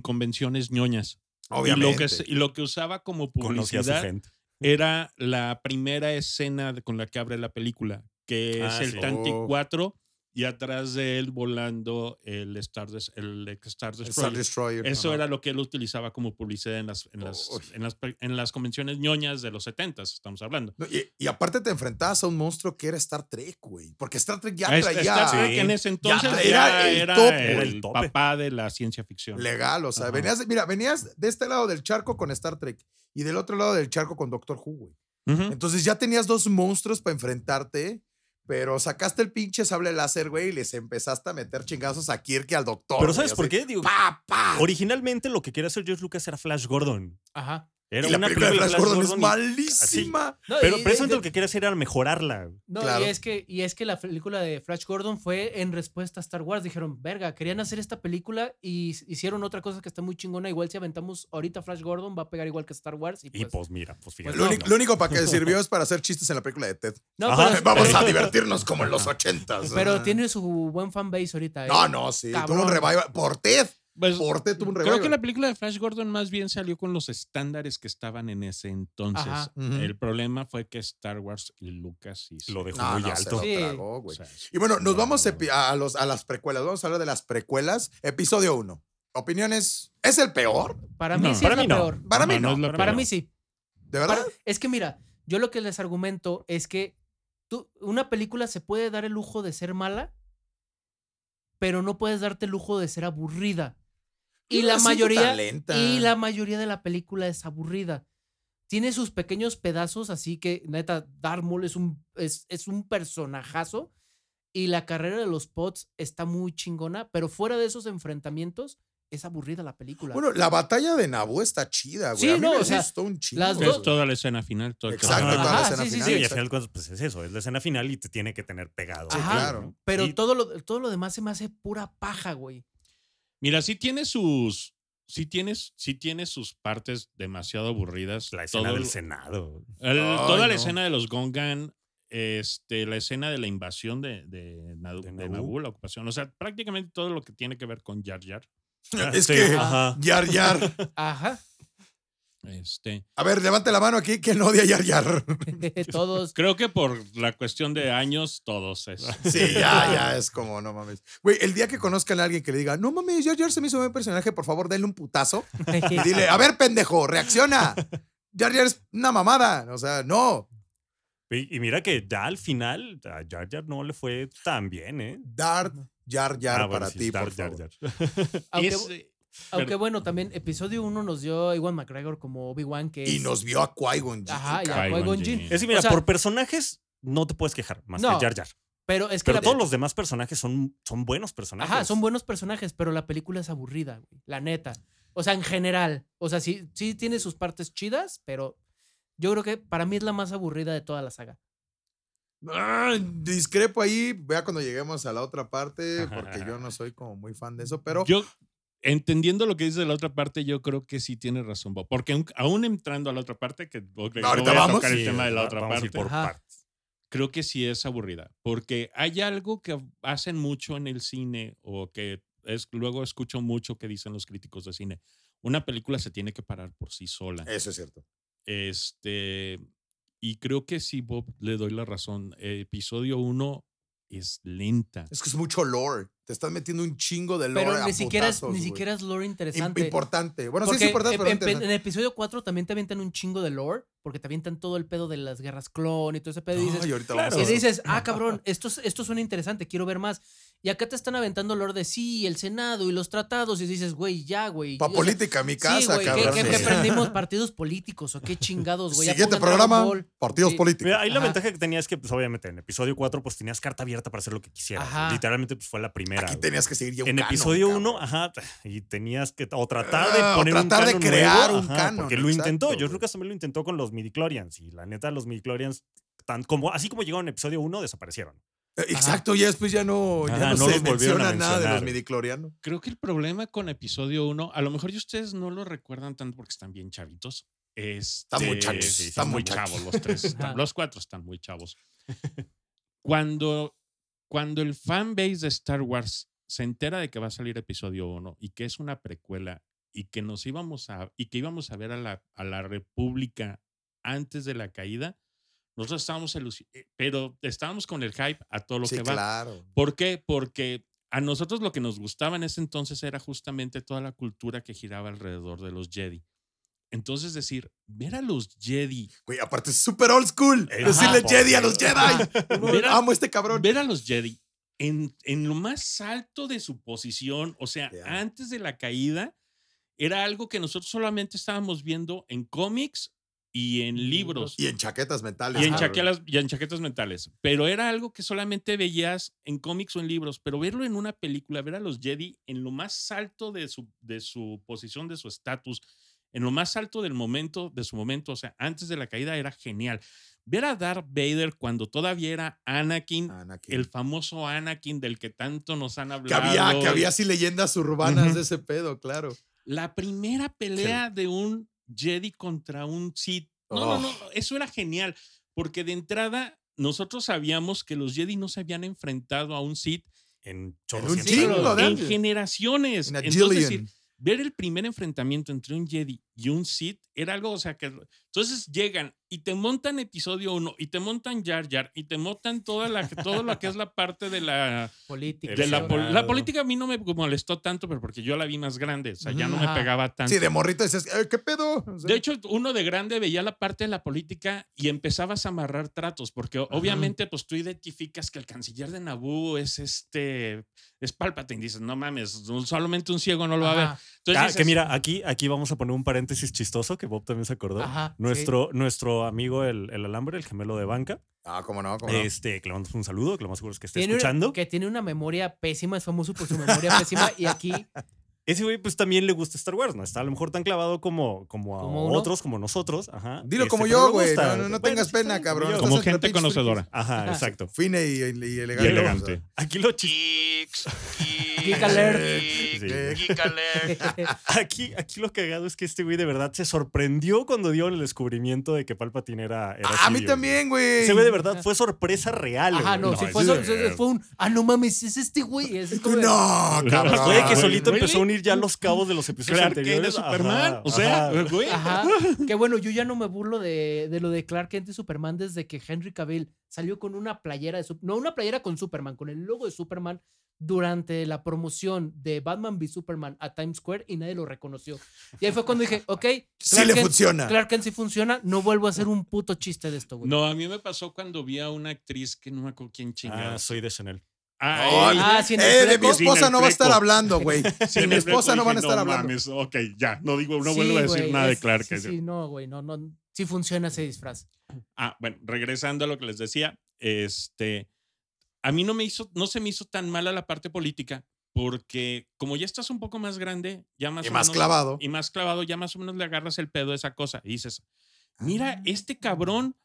Speaker 4: convenciones ñoñas.
Speaker 1: Obviamente.
Speaker 4: Y lo que, se- y lo que usaba como
Speaker 2: conocí a su
Speaker 4: publicidad
Speaker 2: gente.
Speaker 4: era la primera escena de- con la que abre la película, que
Speaker 2: Ah,
Speaker 4: es el
Speaker 2: sí.
Speaker 4: Tanti
Speaker 1: Oh.
Speaker 4: 4 y atrás de él volando el Star, Des- el Star
Speaker 1: El
Speaker 4: Destroyer.
Speaker 1: Star Destroyer.
Speaker 4: Eso
Speaker 1: ajá.
Speaker 4: era lo que él utilizaba como publicidad en las, en las,
Speaker 1: Uy.
Speaker 4: en las, pe- en las convenciones ñoñas de los 70 estamos hablando.
Speaker 1: No, y, y aparte te enfrentabas a un monstruo que era Star Trek, güey. Porque Star Trek ya
Speaker 4: Es-
Speaker 1: traía
Speaker 4: Star Trek
Speaker 2: Sí.
Speaker 4: en ese entonces
Speaker 1: tra-
Speaker 4: era,
Speaker 1: era el
Speaker 4: era
Speaker 1: top,
Speaker 4: el,
Speaker 2: era el tope.
Speaker 4: papá de la ciencia ficción.
Speaker 1: legal. O sea,
Speaker 4: Ajá.
Speaker 1: venías, de- mira, venías de este lado del charco con Star Trek y del otro lado del charco con Doctor Who, güey.
Speaker 4: Ujú.
Speaker 1: Entonces ya tenías dos monstruos para enfrentarte, pero sacaste el pinche sable láser, güey, y les empezaste a meter chingazos a Kirk y al doctor.
Speaker 2: Pero
Speaker 1: güey,
Speaker 2: ¿sabes
Speaker 1: así,
Speaker 2: por qué? Digo,
Speaker 1: ¡Pa, pa!
Speaker 2: originalmente lo que quería hacer George Lucas era Flash Gordon.
Speaker 3: Ajá.
Speaker 2: Era
Speaker 1: y la
Speaker 2: una
Speaker 1: película de Flash Gordon, es
Speaker 2: y-
Speaker 1: malísima.
Speaker 3: No,
Speaker 2: Pero
Speaker 3: y-
Speaker 2: precisamente
Speaker 3: y-
Speaker 2: lo que quería hacer era mejorarla.
Speaker 3: No,
Speaker 1: Claro.
Speaker 3: y, es que, y es que la película de Flash Gordon fue en respuesta a Star Wars. Dijeron, verga, querían hacer esta película y s- hicieron otra cosa que está muy chingona. Igual si aventamos ahorita Flash Gordon, va a pegar igual que Star Wars. Y
Speaker 2: Y
Speaker 3: pues,
Speaker 2: pues mira, pues fíjate.
Speaker 3: Pues
Speaker 1: Lo,
Speaker 3: no,
Speaker 1: uni- lo único para que sirvió es para hacer chistes en la película de Ted.
Speaker 3: no,
Speaker 2: Ajá,
Speaker 3: pero,
Speaker 1: Vamos
Speaker 3: pero-
Speaker 1: a divertirnos como en los ochentas.
Speaker 3: pero tiene su buen fanbase ahorita. ¿eh?
Speaker 1: No, no, sí. Tuvo un
Speaker 3: Cabrón.
Speaker 1: revival. Por Ted.
Speaker 4: Pues,
Speaker 1: Por Ted tuvo un revival.
Speaker 4: creo que la película de Flash Gordon más bien salió con los estándares que estaban en ese entonces.
Speaker 3: Ajá.
Speaker 1: Ujú.
Speaker 4: El problema fue que Star Wars y Lucas hizo.
Speaker 2: Lo dejó
Speaker 1: No,
Speaker 2: muy
Speaker 1: no, se
Speaker 2: alto.
Speaker 1: lo
Speaker 3: Sí.
Speaker 1: tragó, güey.
Speaker 4: O sea,
Speaker 1: Y bueno, nos
Speaker 4: no,
Speaker 1: vamos
Speaker 4: no,
Speaker 1: epi- a, los, a las precuelas. Vamos a hablar de las precuelas. Episodio 1. Opiniones. ¿Es el peor?
Speaker 3: Para mí
Speaker 4: No,
Speaker 3: sí
Speaker 2: para
Speaker 3: es la
Speaker 2: mí no.
Speaker 3: peor.
Speaker 1: Para mí
Speaker 4: no,
Speaker 1: no.
Speaker 4: es la
Speaker 3: Para
Speaker 4: peor.
Speaker 3: mí sí.
Speaker 1: ¿De verdad?
Speaker 3: Para- es que mira, yo lo que les argumento es que tú, una película se puede dar el lujo de ser mala, pero no puedes darte el lujo de ser aburrida. Y
Speaker 1: Yo
Speaker 3: la
Speaker 1: siento tan
Speaker 3: mayoría
Speaker 1: lenta.
Speaker 3: y la mayoría de la película es aburrida. Tiene sus pequeños pedazos, así que neta, Darth Maul es un, es, es un personajazo. Y la carrera de los pots está muy chingona, pero fuera de esos enfrentamientos, es aburrida la película.
Speaker 1: Bueno, la batalla de Naboo está chida, güey.
Speaker 3: Sí,
Speaker 1: a mí
Speaker 3: no,
Speaker 1: me
Speaker 3: o sea,
Speaker 1: gustó un chingo.
Speaker 3: las
Speaker 4: Es
Speaker 3: dos-
Speaker 1: güey.
Speaker 4: toda la escena final. todo el
Speaker 1: Exacto,
Speaker 4: capítulo.
Speaker 1: toda la
Speaker 3: Ajá,
Speaker 1: escena
Speaker 3: sí, sí,
Speaker 1: final.
Speaker 2: Sí, y al
Speaker 1: exacto.
Speaker 2: final de cuentas, pues es eso, es la escena final y te tiene que tener pegado.
Speaker 3: Sí,
Speaker 2: ¿no?
Speaker 1: claro.
Speaker 3: pero
Speaker 2: Y-
Speaker 3: todo, lo, todo lo demás se me hace pura paja, güey.
Speaker 4: Mira, sí tiene sus. Sí tienes, sí tiene sus partes demasiado aburridas.
Speaker 2: La escena
Speaker 4: Todo
Speaker 2: del
Speaker 4: el-
Speaker 2: Senado.
Speaker 4: el-
Speaker 1: Ay,
Speaker 4: toda
Speaker 1: no.
Speaker 4: la escena de los Gongan este, la escena de la invasión de, de, Nadu-
Speaker 2: De
Speaker 4: de
Speaker 2: Naboo.
Speaker 4: Naboo, la ocupación. O sea, prácticamente todo lo que tiene que ver con Jar Jar.
Speaker 1: Es
Speaker 2: Sí,
Speaker 1: que.
Speaker 2: ajá.
Speaker 1: Yar Yar.
Speaker 3: Ajá.
Speaker 4: Este,
Speaker 1: A ver, levante la mano aquí. ¿Quién odia a Yar Yar?
Speaker 3: Todos.
Speaker 4: creo que por la cuestión de años, todos es.
Speaker 1: Sí, ya, ya, es como, no mames. Güey, el día que conozcan a alguien que le diga, no mames, Jar Jar se me hizo un buen personaje, por favor, denle un putazo. Y dile, a ver, pendejo, reacciona. Jar Jar es una mamada. O sea, no.
Speaker 2: Y y mira que ya al final a Jar Jar no le fue tan bien, ¿eh?
Speaker 1: Darth Jar Jar
Speaker 2: Ah, bueno,
Speaker 1: para
Speaker 2: sí,
Speaker 1: ti,
Speaker 2: Jar
Speaker 1: por
Speaker 2: Jar
Speaker 1: favor.
Speaker 2: Jar.
Speaker 3: Aunque,
Speaker 4: Es-
Speaker 3: aunque
Speaker 4: pero-
Speaker 3: bueno, también episodio 1 nos dio a Iwan McGregor como Obi-Wan, que
Speaker 1: Y
Speaker 3: es-
Speaker 1: nos vio a Qui-Gon. Jinn,
Speaker 3: Ajá, y a
Speaker 4: Qui-Gon
Speaker 3: Qui-Gon Jinn.
Speaker 4: Jinn.
Speaker 2: Es que mira,
Speaker 3: O sea-
Speaker 2: por personajes no te puedes quejar más
Speaker 3: No,
Speaker 2: que Jar Jar.
Speaker 3: Pero es que
Speaker 2: Pero
Speaker 3: la-
Speaker 2: todos los demás personajes son, son buenos personajes.
Speaker 3: Ajá, son buenos personajes, pero la película es aburrida, güey. La neta. O sea, en general. O sea, sí, sí tiene sus partes chidas, pero yo creo que para mí es la más aburrida de toda la saga.
Speaker 1: Ah, discrepo ahí, vea cuando lleguemos a la otra parte, porque yo no soy como muy fan de eso, pero
Speaker 4: Yo, entendiendo lo que dice de la otra parte, yo creo que sí tiene razón, Bob. Porque aun- aún entrando a la otra parte, que no voy a
Speaker 1: Ahorita vamos.
Speaker 4: tocar el
Speaker 2: Sí,
Speaker 4: tema de la
Speaker 2: va-
Speaker 4: otra
Speaker 2: vamos a
Speaker 4: parte,
Speaker 2: ir por
Speaker 3: Ajá.
Speaker 2: partes.
Speaker 4: creo que sí es aburrida. Porque hay algo que hacen mucho en el cine o que es, luego escucho mucho que dicen los críticos de cine. Una película se tiene que parar por sí sola.
Speaker 1: eso es cierto.
Speaker 4: Este, y creo que sí, Bob, le doy la razón. Episodio 1 es lenta.
Speaker 1: Es que es mucho lore. Te estás metiendo un chingo de lore.
Speaker 3: Pero
Speaker 1: a
Speaker 3: ni siquiera, es,
Speaker 1: putazos,
Speaker 3: ni
Speaker 1: güey.
Speaker 3: siquiera es lore
Speaker 1: Im-
Speaker 3: interesante.
Speaker 1: Importante. Bueno, sí
Speaker 3: Porque
Speaker 1: es importante,
Speaker 3: en,
Speaker 1: pero no
Speaker 3: en-
Speaker 1: interesante.
Speaker 3: en episodio 4 también te avientan un chingo de lore, porque te avientan todo el pedo de las guerras clon y todo ese pedo. y dices,
Speaker 1: Ay, ahorita
Speaker 2: claro.
Speaker 1: vamos a
Speaker 3: Y
Speaker 1: eso.
Speaker 3: dices, ah, cabrón, esto, es- esto suena interesante, quiero ver más. Y acá te están aventando el lore de sí, el Senado y los tratados. Y dices, güey, ya, güey.
Speaker 1: Pa'
Speaker 3: O sea,
Speaker 1: política, mi
Speaker 3: sí,
Speaker 1: casa,
Speaker 3: güey, ¿qué-
Speaker 1: cabrón.
Speaker 3: ¿qué,
Speaker 1: Sí.
Speaker 3: qué prendimos? ¿Partidos políticos o qué chingados, güey? Ya
Speaker 1: Siguiente
Speaker 3: pongan
Speaker 1: programa,
Speaker 3: Dragon Ball.
Speaker 1: partidos
Speaker 3: Sí.
Speaker 1: políticos.
Speaker 2: Mira, ahí la
Speaker 3: Ajá.
Speaker 2: ventaja que tenía es que, pues, obviamente, en episodio 4, pues tenías carta abierta para hacer lo que quisieras.
Speaker 3: Ajá.
Speaker 2: Literalmente, pues fue la primera.
Speaker 1: Aquí
Speaker 2: güey.
Speaker 1: tenías que seguir ya un
Speaker 2: en
Speaker 1: canon,
Speaker 2: episodio ah.
Speaker 1: cabrón.
Speaker 2: 1, ajá, y tenías que o tratar de
Speaker 1: Ah, o
Speaker 2: poner
Speaker 1: tratar
Speaker 2: un
Speaker 1: de
Speaker 2: canon
Speaker 1: crear
Speaker 2: nuevo,
Speaker 1: un
Speaker 2: ajá,
Speaker 1: canon,
Speaker 2: porque lo
Speaker 1: exacto,
Speaker 2: intentó,
Speaker 1: güey.
Speaker 2: George Lucas también lo intentó con los midichlorians y la neta los midichlorians tan como así como llegaron en episodio 1 desaparecieron.
Speaker 1: Eh, Exacto, ya después ya no, ya
Speaker 2: Ajá,
Speaker 1: no,
Speaker 2: no
Speaker 1: se
Speaker 2: los volvieron a
Speaker 1: menciona nada de los
Speaker 2: mencionar.
Speaker 1: midiclorianos.
Speaker 4: Creo que el problema con episodio 1, a lo mejor y ustedes no lo recuerdan tanto porque están bien chavitos. Están
Speaker 1: muchachos, están
Speaker 4: están muy
Speaker 1: muchachos.
Speaker 4: chavos los tres. están-
Speaker 3: Ajá.
Speaker 4: los cuatro están muy chavos. Cuando, cuando el fanbase de Star Wars se entera de que va a salir episodio 1 y que es una precuela y que nos íbamos a y que íbamos a ver a la, a la República antes de la caída, nosotros estábamos elusi- eh, pero estábamos con el hype a todo lo
Speaker 1: Sí,
Speaker 4: que va.
Speaker 1: claro.
Speaker 4: ¿Por qué? Porque a nosotros lo que nos gustaba en ese entonces era justamente toda la cultura que giraba alrededor de los Jedi. Entonces decir, ver a los Jedi,
Speaker 1: Güey, aparte es súper old school.
Speaker 2: Ajá,
Speaker 1: Decirle
Speaker 2: por
Speaker 1: Jedi a
Speaker 2: Dios.
Speaker 1: los Jedi.
Speaker 4: Mira-
Speaker 1: Amo a este cabrón.
Speaker 4: ver a los Jedi en, en lo más alto de su posición, o sea,
Speaker 1: Ya.
Speaker 4: antes de la caída, era algo que nosotros solamente estábamos viendo en cómics y en libros.
Speaker 1: Y en chaquetas metales.
Speaker 4: Y en,
Speaker 1: cabrón.
Speaker 4: chaquetas, y en chaquetas mentales. Pero era algo que solamente veías en cómics o en libros. Pero verlo en una película, ver a los Jedi en lo más alto de su, de su posición, de su estatus, en lo más alto del momento, de su momento, o sea, antes de la caída, era genial. Ver a Darth Vader cuando todavía era Anakin,
Speaker 1: Anakin.
Speaker 4: el famoso Anakin del que tanto nos han
Speaker 1: Ah, que
Speaker 4: hablado.
Speaker 1: había, que
Speaker 4: y-
Speaker 1: había así leyendas urbanas
Speaker 2: Ujú.
Speaker 1: de ese pedo, claro.
Speaker 4: la primera pelea de un Jedi contra un Sith. No, no,
Speaker 1: Oh.
Speaker 4: no, eso era genial, porque de entrada nosotros sabíamos que los Jedi no se habían enfrentado a un Sith
Speaker 2: En
Speaker 1: En un
Speaker 2: chorros
Speaker 1: chingo de
Speaker 4: en
Speaker 1: años.
Speaker 4: generaciones.
Speaker 1: En a
Speaker 4: Entonces, decir,
Speaker 1: Jillian.
Speaker 4: ver el primer enfrentamiento entre un Jedi y un Sith era algo, o sea, que entonces llegan y te montan episodio 1 y te montan Jar Jar y te montan toda la todo lo que es la parte de la
Speaker 3: Política.
Speaker 4: de la,
Speaker 3: sí,
Speaker 4: pol-
Speaker 2: Claro.
Speaker 4: la política a mí no me molestó tanto, pero porque yo la vi más grande, o sea, ya no me
Speaker 3: Ajá.
Speaker 4: pegaba tanto.
Speaker 1: Sí, de morrito dices, "Eh, ¿qué pedo? O sea,
Speaker 4: De hecho, uno de grande veía la parte de la política y empezabas a amarrar tratos, porque obviamente pues tú identificas que el canciller de Naboo es este, es Palpatine, dices, no mames, no- solamente un ciego no lo va a ver.
Speaker 3: Ajá,
Speaker 4: Entonces,
Speaker 2: Ah,
Speaker 4: dices,
Speaker 2: que mira, aquí, aquí vamos a poner un paréntesis chistoso que Bob también se acordó.
Speaker 3: Ajá,
Speaker 2: Nuestro, nuestro amigo el, el alambre, el gemelo de banca,
Speaker 1: Ah, cómo no, cómo no.
Speaker 2: este, que le mandamos un saludo, que lo más seguro es que esté
Speaker 3: Tiene una-
Speaker 2: escuchando.
Speaker 3: que tiene una memoria pésima, es famoso por su memoria pésima. Y aquí
Speaker 2: Ese güey, pues también le gusta Star Wars, ¿no? Está a lo mejor tan clavado como, como a
Speaker 3: Como uno.
Speaker 2: otros, como nosotros. Ajá.
Speaker 1: Dilo
Speaker 2: Este,
Speaker 1: como
Speaker 2: pero
Speaker 1: yo,
Speaker 2: le
Speaker 1: güey.
Speaker 2: gusta.
Speaker 1: No, no, no
Speaker 2: Bueno,
Speaker 1: tengas
Speaker 2: está
Speaker 1: pena,
Speaker 2: bien,
Speaker 1: cabrón.
Speaker 2: como yo.
Speaker 1: Estás
Speaker 4: Como
Speaker 1: entre
Speaker 4: gente
Speaker 1: pinches
Speaker 4: conocedora
Speaker 2: Ajá, exacto.
Speaker 1: frikis. Fina y, y- y
Speaker 4: y
Speaker 1: elegante.
Speaker 4: elegante.
Speaker 2: Aquí lo, chis-
Speaker 5: Geeks, geeks,
Speaker 3: Geek alert.
Speaker 5: geek,
Speaker 2: Sí.
Speaker 5: geek alert.
Speaker 2: aquí, aquí lo cagado es que este güey de verdad se sorprendió cuando dio el descubrimiento de que Palpatine era. era
Speaker 1: Ah, a mí
Speaker 2: Sidious,
Speaker 1: también, güey.
Speaker 2: güey. Ese güey de verdad fue sorpresa real.
Speaker 3: Ajá,
Speaker 2: güey.
Speaker 3: no,
Speaker 4: No,
Speaker 3: sí
Speaker 4: es-
Speaker 3: fue, fue- fue un. Ah, no mames, es este güey. Es como de-
Speaker 1: No, cabrón.
Speaker 2: Güey, que
Speaker 4: güey,
Speaker 2: solito
Speaker 4: güey.
Speaker 2: empezó a unir ya los cabos de los episodios
Speaker 4: Clark Kent
Speaker 2: anteriores.
Speaker 4: de Superman.
Speaker 2: Ajá,
Speaker 4: o sea,
Speaker 2: ajá.
Speaker 4: güey.
Speaker 3: Ajá. Que bueno, yo ya no me burlo de, de lo de Clark Kent y Superman desde que Henry Cavill salió con una playera de Sup- no una playera con Superman, con el logo de Superman durante la promoción de Batman v Superman a Times Square y nadie lo reconoció. Y ahí fue cuando dije, ok, Clark,
Speaker 1: Sí le
Speaker 3: Kent,
Speaker 1: funciona.
Speaker 3: Clark Kent sí funciona, no vuelvo a hacer un puto chiste de esto, güey.
Speaker 4: No, a mí me pasó cuando vi a una actriz que no me acuerdo quién
Speaker 2: Ah,
Speaker 4: chingados.
Speaker 2: soy de Chanel.
Speaker 4: Ah,
Speaker 1: Ay,
Speaker 4: ella.
Speaker 3: Ah, sí, en el
Speaker 1: Eh, de mi
Speaker 3: fleco.
Speaker 4: Sin
Speaker 1: esposa
Speaker 4: el
Speaker 1: no va a estar
Speaker 4: fleco.
Speaker 1: hablando, güey.
Speaker 4: Sí,
Speaker 1: Sin
Speaker 4: en
Speaker 1: mi
Speaker 4: el
Speaker 1: esposa
Speaker 4: reto
Speaker 1: no van a
Speaker 4: dije,
Speaker 1: estar hablando.
Speaker 4: mames, ok, ya, no digo, no
Speaker 3: Sí,
Speaker 4: vuelvo a decir
Speaker 3: güey,
Speaker 4: nada de
Speaker 3: es-
Speaker 4: Clark.
Speaker 3: Sí, sí, no, güey, no, no. Sí funciona ese disfraz.
Speaker 4: Ah, bueno, regresando a lo que les decía, este, a mí no me hizo, no se me hizo tan mala la parte política, porque como ya estás un poco más grande, ya más
Speaker 1: Y
Speaker 4: o
Speaker 1: más
Speaker 4: menos-
Speaker 1: clavado.
Speaker 4: y más clavado, ya más o menos le agarras el pedo a esa cosa y dices, mira, este cabrón,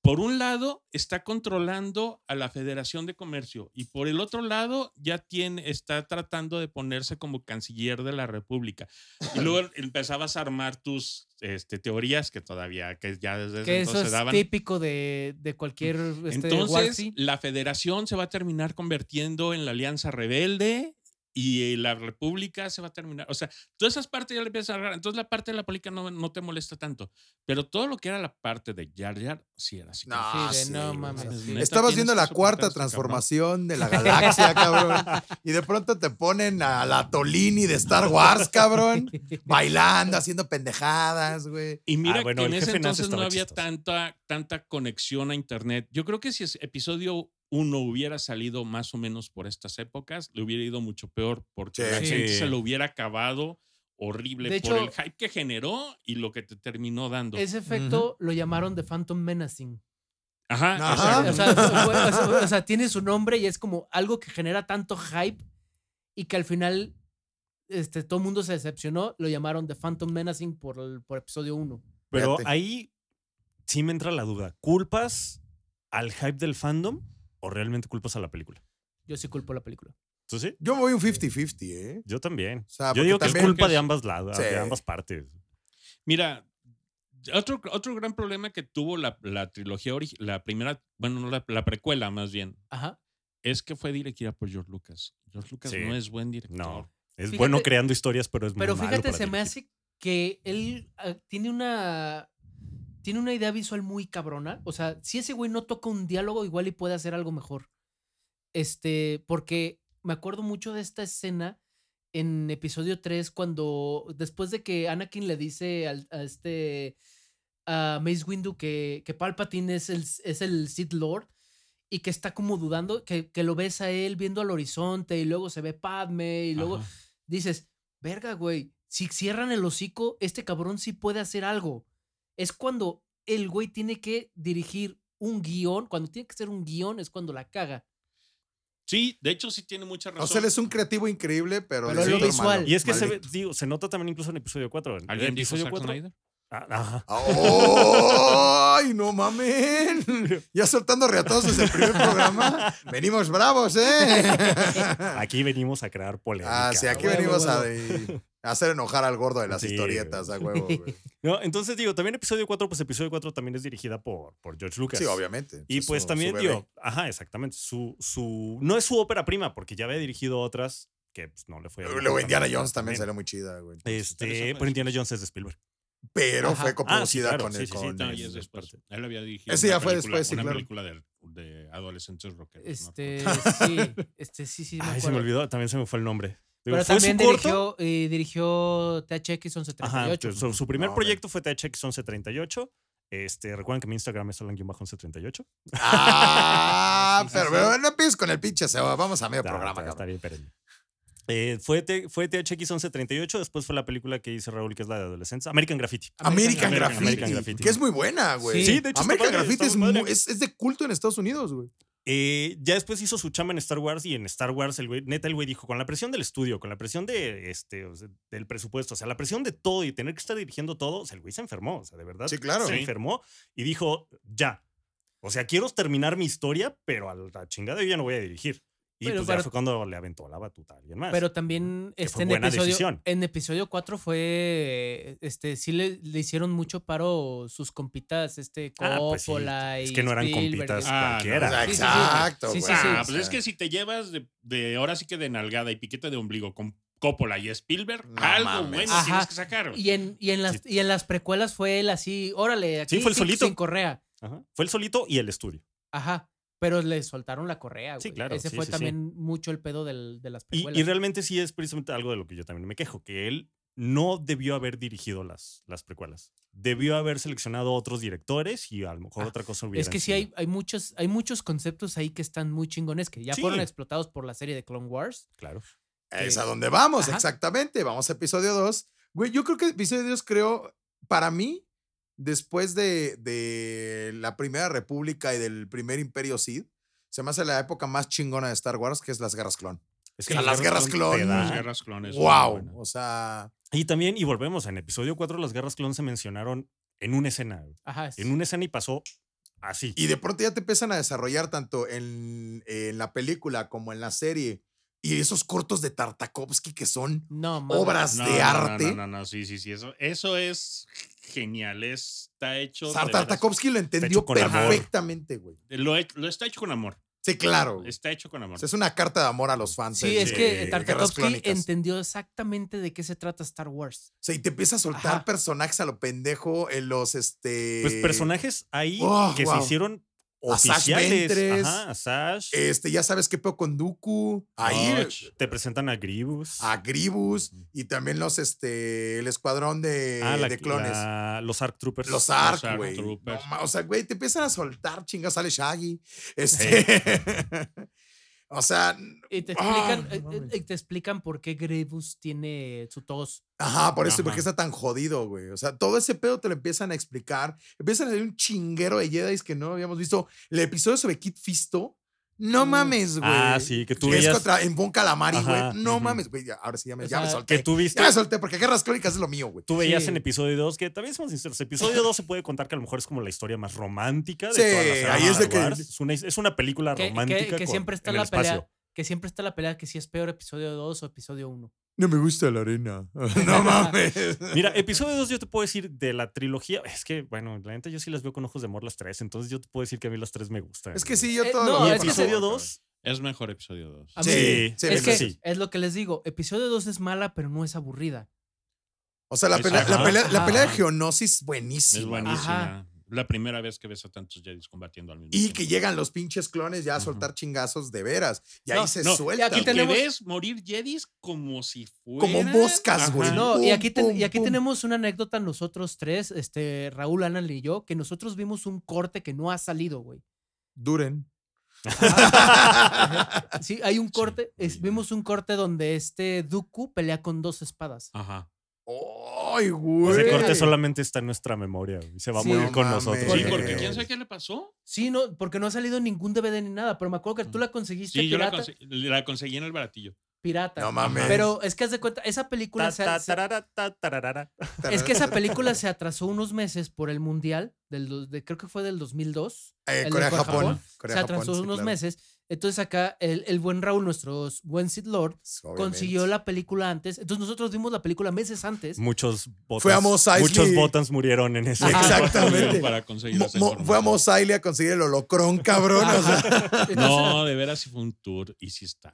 Speaker 4: por un lado, está controlando a la Federación de Comercio y por el otro lado, ya tiene, está tratando de ponerse como canciller de la República. Y luego empezabas a armar tus este, teorías que todavía, que ya desde ese
Speaker 3: Que eso
Speaker 4: Pues entonces
Speaker 3: es
Speaker 4: daban.
Speaker 3: típico de, de cualquier este,
Speaker 4: Entonces,
Speaker 3: Warsi.
Speaker 4: la federación se va a terminar convirtiendo en la alianza rebelde y eh, la república se va a terminar. O sea, todas esas partes ya le empiezas a agarrar. Entonces, la parte de la política no, no te molesta tanto. Pero todo lo que era la parte de Jar Jar, sí era así. como,
Speaker 1: No,
Speaker 3: Sí, de
Speaker 1: sí,
Speaker 3: no
Speaker 1: güey.
Speaker 3: mames.
Speaker 4: mames,
Speaker 3: sí.
Speaker 4: Ah, neta.
Speaker 1: Estabas
Speaker 4: tienes
Speaker 1: viendo
Speaker 4: que
Speaker 1: la
Speaker 4: soportar
Speaker 1: cuarta
Speaker 4: este cabrón.
Speaker 1: transformación de la galaxia, cabrón. Y de pronto te ponen a la Tolini de Star Wars, cabrón. Bailando, haciendo pendejadas, güey.
Speaker 4: Y mira
Speaker 2: Ah, bueno,
Speaker 4: que en
Speaker 2: el
Speaker 4: ese
Speaker 2: jefe nazi
Speaker 4: entonces no
Speaker 2: estaba
Speaker 4: había
Speaker 2: chistoso.
Speaker 4: tanta, tanta conexión a internet. Yo creo que si es- episodio 1 hubiera salido más o menos por estas épocas, le hubiera ido mucho peor porque
Speaker 1: Sí.
Speaker 4: la gente
Speaker 2: Sí.
Speaker 4: se lo hubiera acabado horrible
Speaker 3: De
Speaker 4: por
Speaker 3: hecho-
Speaker 4: el hype que generó y lo que te terminó dando.
Speaker 3: Ese efecto lo llamaron The Phantom Menacing.
Speaker 4: Ajá,
Speaker 1: Ajá.
Speaker 4: Ah, exacto.
Speaker 3: O sea, fue- o sea, o sea, tiene su nombre y es como algo que genera tanto hype y que al final este, todo el mundo se decepcionó. Lo llamaron The Phantom Menacing por, el, por episodio 1.
Speaker 2: Pero
Speaker 1: Fíjate.
Speaker 2: ahí sí me entra la duda. ¿Culpas al hype del fandom o realmente culpas a la película?
Speaker 3: Yo sí culpo la película.
Speaker 2: ¿Tú sí?
Speaker 1: Yo me voy un 50-50, ¿eh?
Speaker 2: Yo también.
Speaker 1: O sea,
Speaker 2: Yo
Speaker 1: porque
Speaker 2: digo que es
Speaker 1: también-
Speaker 2: culpa de ambas lados,
Speaker 1: Sí.
Speaker 2: de ambas partes.
Speaker 4: Mira, otro, otro gran problema que tuvo la, la trilogía, origi- la primera, bueno, no la, la precuela más bien,
Speaker 3: Ajá.
Speaker 4: es que fue dirigida por George Lucas. George Lucas
Speaker 2: Sí.
Speaker 4: no es buen director.
Speaker 2: No. Es
Speaker 3: Fíjate-
Speaker 2: bueno creando historias, pero es
Speaker 3: Pero
Speaker 2: malo
Speaker 3: fíjate,
Speaker 2: para
Speaker 3: se me
Speaker 2: dirigir.
Speaker 3: hace que él ah, tiene una. Tiene una idea visual muy cabrona. O sea, si ese güey no toca un diálogo, igual y puede hacer algo mejor. Este, porque me acuerdo mucho de esta escena en episodio 3, cuando después de que Anakin le dice al- a este. a Mace Windu que, que Palpatine es el, es el Sith Lord y que está como dudando, que, que lo ves a él viendo al horizonte y luego se ve Padme y luego
Speaker 4: Ajá.
Speaker 3: dices, verga, güey, si cierran el hocico, este cabrón sí puede hacer algo. Es cuando el güey tiene que dirigir un guión, cuando tiene que ser un guión es cuando la caga.
Speaker 4: Sí, de hecho sí tiene mucha razón.
Speaker 1: O sea, él es un creativo increíble, pero,
Speaker 3: Pero
Speaker 1: es
Speaker 2: lo
Speaker 1: otro
Speaker 3: visual.
Speaker 1: malo.
Speaker 2: Y es que se, ve,
Speaker 1: Maldito.
Speaker 2: digo, se nota también incluso en episodio 4. En
Speaker 4: ¿Alguien dijo
Speaker 2: episodio
Speaker 4: Zack Snyder?
Speaker 2: Ah, ajá.
Speaker 1: ¡Ay, no mamen! Ya soltando reatos desde el primer programa. Venimos bravos, ¿eh?
Speaker 2: Aquí venimos a crear polémica.
Speaker 1: Ah, sí, aquí
Speaker 3: Huevo,
Speaker 1: venimos a, de- a hacer enojar al gordo de las
Speaker 2: Sí,
Speaker 1: historietas, a huevo. güey.
Speaker 2: No, entonces digo, también episodio 4, pues episodio 4 también es dirigida por, por George Lucas.
Speaker 1: Sí, obviamente.
Speaker 2: Y
Speaker 1: Su-
Speaker 2: pues
Speaker 1: su
Speaker 2: también,
Speaker 1: bebé.
Speaker 2: digo, ajá, exactamente. Su, su, no es su ópera prima, porque ya había dirigido otras que pues, no le fue.
Speaker 1: Luego Indiana Jones también salió muy chida, güey.
Speaker 2: Este, pero Indiana Jones es de Spielberg.
Speaker 1: Pero
Speaker 3: Ajá.
Speaker 1: fue
Speaker 2: Ah, sí,
Speaker 1: coproducida
Speaker 2: claro,
Speaker 1: con
Speaker 2: sí,
Speaker 1: el.
Speaker 2: sí, sí,
Speaker 1: con
Speaker 4: No,
Speaker 1: el-
Speaker 4: y es
Speaker 2: es
Speaker 4: después.
Speaker 2: parte.
Speaker 4: Él había dirigido
Speaker 1: Ese
Speaker 4: una
Speaker 1: ya fue
Speaker 4: película-
Speaker 1: después, sí,
Speaker 4: una
Speaker 1: claro.
Speaker 4: película de, de adolescentes rockeros. ¿no?
Speaker 3: Este, sí, este, sí, sí. me
Speaker 2: pues Ay, se me
Speaker 3: acuerdo.
Speaker 2: olvidó, también se me fue el nombre. Digo,
Speaker 3: Pero
Speaker 2: fue
Speaker 3: también
Speaker 2: su corto.
Speaker 3: dirigió, eh, dirigió THX 1138.
Speaker 2: Ajá, pues, su, su primer
Speaker 1: No, hombre.
Speaker 2: proyecto fue THX 1138. Este, recuerden que mi Instagram es alan-1138.
Speaker 1: Ah,
Speaker 3: Sí, sí,
Speaker 1: pero
Speaker 3: sí.
Speaker 1: pero no empieces con el pinche se va. Vamos a medio
Speaker 2: Ah, Está-
Speaker 1: programa,
Speaker 2: está, está
Speaker 1: cabrón.
Speaker 2: bien, espérenme. Eh, fue, T- fue THX 1138, después fue la película que hizo Raúl, que es la de adolescencia, American Graffiti.
Speaker 1: American,
Speaker 4: American
Speaker 1: Graffiti,
Speaker 2: Graffiti.
Speaker 1: que es muy buena, güey.
Speaker 3: Sí,
Speaker 2: de está
Speaker 1: American
Speaker 2: padre,
Speaker 1: Graffiti
Speaker 2: está
Speaker 1: es,
Speaker 2: muy padre.
Speaker 1: mu- es, es de culto en Estados Unidos, güey.
Speaker 2: Eh, ya después hizo su chamba en Star Wars y en Star Wars, el güey, neta, el güey dijo, con la presión del estudio, con la presión de, este, o sea, del presupuesto, o sea, la presión de todo y tener que estar dirigiendo todo, o sea, el güey se enfermó, o sea, de verdad.
Speaker 1: Sí, claro.
Speaker 2: Se
Speaker 4: Sí.
Speaker 2: enfermó y dijo, ya. O sea, quiero terminar mi historia, pero a la chingada yo ya no voy a dirigir. Y
Speaker 3: Pero
Speaker 2: pues ya
Speaker 3: para-
Speaker 2: fue cuando le aventó la batuta a alguien más.
Speaker 3: Pero también
Speaker 2: que
Speaker 3: este,
Speaker 2: fue
Speaker 3: en,
Speaker 2: buena
Speaker 3: episodio,
Speaker 2: decisión.
Speaker 3: en episodio 4 fue. Este, sí le, le hicieron mucho paro sus compitas, este
Speaker 2: Ah, pues sí,
Speaker 3: Coppola y.
Speaker 2: es que no eran
Speaker 3: Spielberg.
Speaker 2: compitas
Speaker 4: Ah, no,
Speaker 2: cualquiera.
Speaker 1: O sea,
Speaker 3: Sí, sí, sí.
Speaker 1: exacto,
Speaker 3: Sí,
Speaker 1: güey.
Speaker 3: sí, sí.
Speaker 4: Ah,
Speaker 1: O
Speaker 4: pues es
Speaker 1: sea,
Speaker 4: que si te llevas de, de ahora sí que de nalgada y piquete de ombligo con Coppola y Spielberg,
Speaker 1: No
Speaker 4: algo
Speaker 1: mames.
Speaker 4: bueno
Speaker 3: Ajá.
Speaker 4: tienes que sacar. güey.
Speaker 3: Y en, y, en las,
Speaker 2: Sí.
Speaker 3: y en las precuelas fue él así, órale, aquí
Speaker 2: fue el
Speaker 3: sin-
Speaker 2: solito.
Speaker 3: sin correa.
Speaker 2: Ajá. Fue el solito y el estudio.
Speaker 3: Ajá. Pero le soltaron la correa,
Speaker 2: Sí,
Speaker 3: güey.
Speaker 2: claro,
Speaker 3: Ese
Speaker 2: sí,
Speaker 3: fue
Speaker 2: sí, sí.
Speaker 3: también mucho el pedo del- de las
Speaker 2: Y,
Speaker 3: precuelas.
Speaker 2: y realmente sí es precisamente algo de lo que yo también me quejo, que él no debió haber dirigido las, las precuelas. Debió haber seleccionado otros directores y a lo mejor
Speaker 3: Ah,
Speaker 2: otra cosa hubiera
Speaker 3: es que sí hay, hay, muchos, hay muchos conceptos ahí que están muy chingones que ya
Speaker 2: Sí.
Speaker 3: fueron explotados por la serie de Clone Wars.
Speaker 2: Claro.
Speaker 1: Es a donde vamos,
Speaker 3: Ajá.
Speaker 1: exactamente. Vamos a episodio 2. Güey, yo creo que episodio 2, creo, para mí, después de, de la Primera República y del primer Imperio Sid, se me hace la época más chingona de Star Wars, que es las guerras clon.
Speaker 2: Es
Speaker 1: O sea, las guerras
Speaker 2: te
Speaker 1: clon.
Speaker 2: dan-
Speaker 4: Las guerras clones. son muy
Speaker 1: ¡Wow!
Speaker 4: buenas.
Speaker 1: O sea,
Speaker 2: Y también, y volvemos, en episodio 4 las guerras clon se mencionaron en una escena. güey.
Speaker 3: Ajá. es-
Speaker 2: En una escena y pasó así.
Speaker 1: y de pronto ya te empiezan a desarrollar tanto en, en la película como en la serie. Y esos cortos de Tartakovsky que son
Speaker 3: No, mames.
Speaker 1: obras
Speaker 4: No,
Speaker 1: de
Speaker 4: no,
Speaker 1: arte.
Speaker 4: No, no, no, sí, sí, sí. Eso, eso es genial. Está hecho.
Speaker 1: O
Speaker 4: de
Speaker 1: sea,
Speaker 4: veras.
Speaker 1: Tartakovsky lo entendió
Speaker 2: con amor.
Speaker 1: perfectamente, güey.
Speaker 4: Lo, he- lo está hecho con amor.
Speaker 1: Sí, claro. güey.
Speaker 4: Está hecho con amor.
Speaker 1: O sea, Oh. es una carta de amor a los fans.
Speaker 3: Sí,
Speaker 1: de-
Speaker 3: es
Speaker 1: de
Speaker 3: que
Speaker 1: Guerras
Speaker 3: Tartakovsky
Speaker 1: Clónicas.
Speaker 3: entendió exactamente de qué se trata Star Wars.
Speaker 1: O sea, y te empieza a soltar
Speaker 3: Ajá.
Speaker 1: personajes a lo pendejo en los este.
Speaker 2: pues personajes ahí
Speaker 1: oh,
Speaker 2: que
Speaker 1: wow.
Speaker 2: se hicieron
Speaker 1: A Sash
Speaker 2: oficiales.
Speaker 1: Ventress.
Speaker 2: Ajá, a Sash.
Speaker 1: Este, ya sabes qué pedo con Dooku.
Speaker 4: Oh, Ah,
Speaker 1: Ahí.
Speaker 4: Ouch.
Speaker 2: te presentan a Grievous.
Speaker 1: A Gribus. Y también los este. El escuadrón de,
Speaker 2: Ah, la-
Speaker 1: eh, de clones.
Speaker 2: la- los ARC Troopers.
Speaker 1: los
Speaker 4: Los
Speaker 1: ARC,
Speaker 4: ARC
Speaker 1: güey. No
Speaker 4: Troopers.
Speaker 1: ma- o sea, güey, te empiezan a soltar, chingas, sale Shaggy. Este. o sea,
Speaker 3: Y te
Speaker 1: Ah,
Speaker 3: explican,
Speaker 1: no
Speaker 3: eh, eh,
Speaker 1: mames.
Speaker 3: y te explican por qué Grievous tiene su tos.
Speaker 1: Ajá, por eso,
Speaker 2: Ajá.
Speaker 1: porque está tan jodido, güey. O sea, todo ese pedo te lo empiezan a explicar. Empiezan a salir un chinguero de Jedi que no habíamos visto. El episodio sobre Kit Fisto. No
Speaker 3: Mm.
Speaker 1: mames, güey.
Speaker 2: Ah, sí, que tú
Speaker 1: es
Speaker 2: veías-
Speaker 1: contra en Bon Calamari,
Speaker 2: Ajá,
Speaker 1: güey. No
Speaker 2: ujú.
Speaker 1: mames, güey. ya- Ahora sí ya me,
Speaker 3: O
Speaker 1: ya me
Speaker 3: sea,
Speaker 1: solté.
Speaker 2: que tú viste.
Speaker 1: Eh, Ya me solté, porque Guerras Crónicas es lo mío, güey.
Speaker 2: Tú veías
Speaker 3: Sí.
Speaker 2: en episodio 2 que también somos sinceros. Episodio 2 se puede contar que a lo mejor es como la historia más romántica de
Speaker 1: Sí,
Speaker 2: toda la saga
Speaker 1: ahí es de
Speaker 2: Star
Speaker 1: que-
Speaker 2: Wars. Es una, es una película
Speaker 3: Que, que-
Speaker 2: romántica.
Speaker 3: que
Speaker 2: con-
Speaker 3: siempre está
Speaker 2: en
Speaker 3: la
Speaker 2: el espacio.
Speaker 3: pelea. Que siempre está la pelea que si es peor episodio 2 o episodio 1.
Speaker 1: No me gusta la arena. no mames.
Speaker 2: Mira, episodio 2 yo te puedo decir de la trilogía. Es que, bueno, la neta yo sí las veo con ojos de amor las tres. Entonces yo te puedo decir que a mí las tres me gustan.
Speaker 1: Es que sí, yo
Speaker 3: Eh,
Speaker 1: todo.
Speaker 3: no,
Speaker 1: lo
Speaker 2: Y
Speaker 1: veo
Speaker 3: es que
Speaker 1: con
Speaker 3: se-
Speaker 2: episodio
Speaker 1: amor,
Speaker 2: 2,
Speaker 4: Es mejor episodio 2.
Speaker 1: Ah,
Speaker 3: A mí-
Speaker 1: Sí, sí,
Speaker 3: es
Speaker 1: eso
Speaker 3: que
Speaker 2: sí.
Speaker 3: es lo que les digo. Episodio 2 es mala, pero no es aburrida.
Speaker 1: O sea, la pelea, la
Speaker 4: Ajá.
Speaker 1: pelea, la pelea de
Speaker 3: Ah.
Speaker 4: Ajá.
Speaker 1: Geonosis
Speaker 4: Es
Speaker 1: buenísima. güey.
Speaker 4: buenísima.
Speaker 3: Ajá.
Speaker 4: La primera vez que ves a tantos Jedi combatiendo al mismo
Speaker 1: Y
Speaker 4: tiempo.
Speaker 1: que llegan los pinches clones ya a
Speaker 2: Ujú.
Speaker 1: soltar chingazos de veras. Y ahí
Speaker 3: No,
Speaker 1: se
Speaker 4: no, y
Speaker 1: suelta.
Speaker 3: aquí
Speaker 4: Y
Speaker 1: güey.
Speaker 4: que
Speaker 3: tenemos-
Speaker 4: ves morir Jedis como si fuera.
Speaker 1: Como moscas, güey.
Speaker 4: Ajá.
Speaker 3: No, y
Speaker 1: Pum,
Speaker 3: aquí, ten- y
Speaker 1: pum,
Speaker 3: aquí
Speaker 1: pum.
Speaker 3: tenemos una anécdota nosotros tres, este, Raúl, Ana y yo, que nosotros vimos un corte que no ha salido, güey.
Speaker 1: Duren.
Speaker 3: Sí, hay un
Speaker 4: Sí,
Speaker 3: corte, es-
Speaker 4: oye.
Speaker 3: vimos un corte donde este Dooku pelea con dos espadas.
Speaker 4: Ajá.
Speaker 1: ¡Ay, güey!
Speaker 2: ese corte
Speaker 3: Güey.
Speaker 2: solamente está en nuestra memoria. güey, Se va a
Speaker 3: Sí.
Speaker 2: morir
Speaker 1: No
Speaker 2: con
Speaker 1: mames.
Speaker 2: nosotros.
Speaker 4: Sí,
Speaker 1: Eh,
Speaker 4: porque quién sabe qué le pasó.
Speaker 3: Sí, no, porque no ha salido ningún DVD ni nada, pero me acuerdo que tú la conseguiste
Speaker 4: Sí, yo la,
Speaker 3: pirata.
Speaker 4: conse- la conseguí en el baratillo.
Speaker 3: pirata.
Speaker 1: No mames.
Speaker 3: Pero es que haz de cuenta, esa película
Speaker 2: Ta,
Speaker 3: se,
Speaker 2: ta,
Speaker 3: se-
Speaker 2: tarara, ta, tararara.
Speaker 3: es que esa película se atrasó unos meses por el mundial del dos- de- creo que fue del 2002.
Speaker 1: Eh,
Speaker 3: el de
Speaker 1: Corea-Japón.
Speaker 3: Japón,
Speaker 1: Corea,
Speaker 3: se atrasó
Speaker 1: Japón, sí,
Speaker 3: unos
Speaker 1: claro.
Speaker 3: meses. Entonces acá el, el buen Raúl, nuestro buen Sid Lord,
Speaker 1: Obviamente.
Speaker 3: consiguió la película antes. Entonces nosotros vimos la película meses antes.
Speaker 2: Muchos
Speaker 1: Fue a
Speaker 2: botas,
Speaker 1: Mos Eisley.
Speaker 2: muchos botas murieron en ese.
Speaker 1: Ajá. Exactamente.
Speaker 4: Para conseguir
Speaker 1: Mo-
Speaker 4: esa
Speaker 1: mo- Fue a
Speaker 4: información.
Speaker 1: Mos Eisley a conseguir el holocrón, cabrón. o sea.
Speaker 3: Ajá.
Speaker 4: No, de veras sí fue un tour y sí está.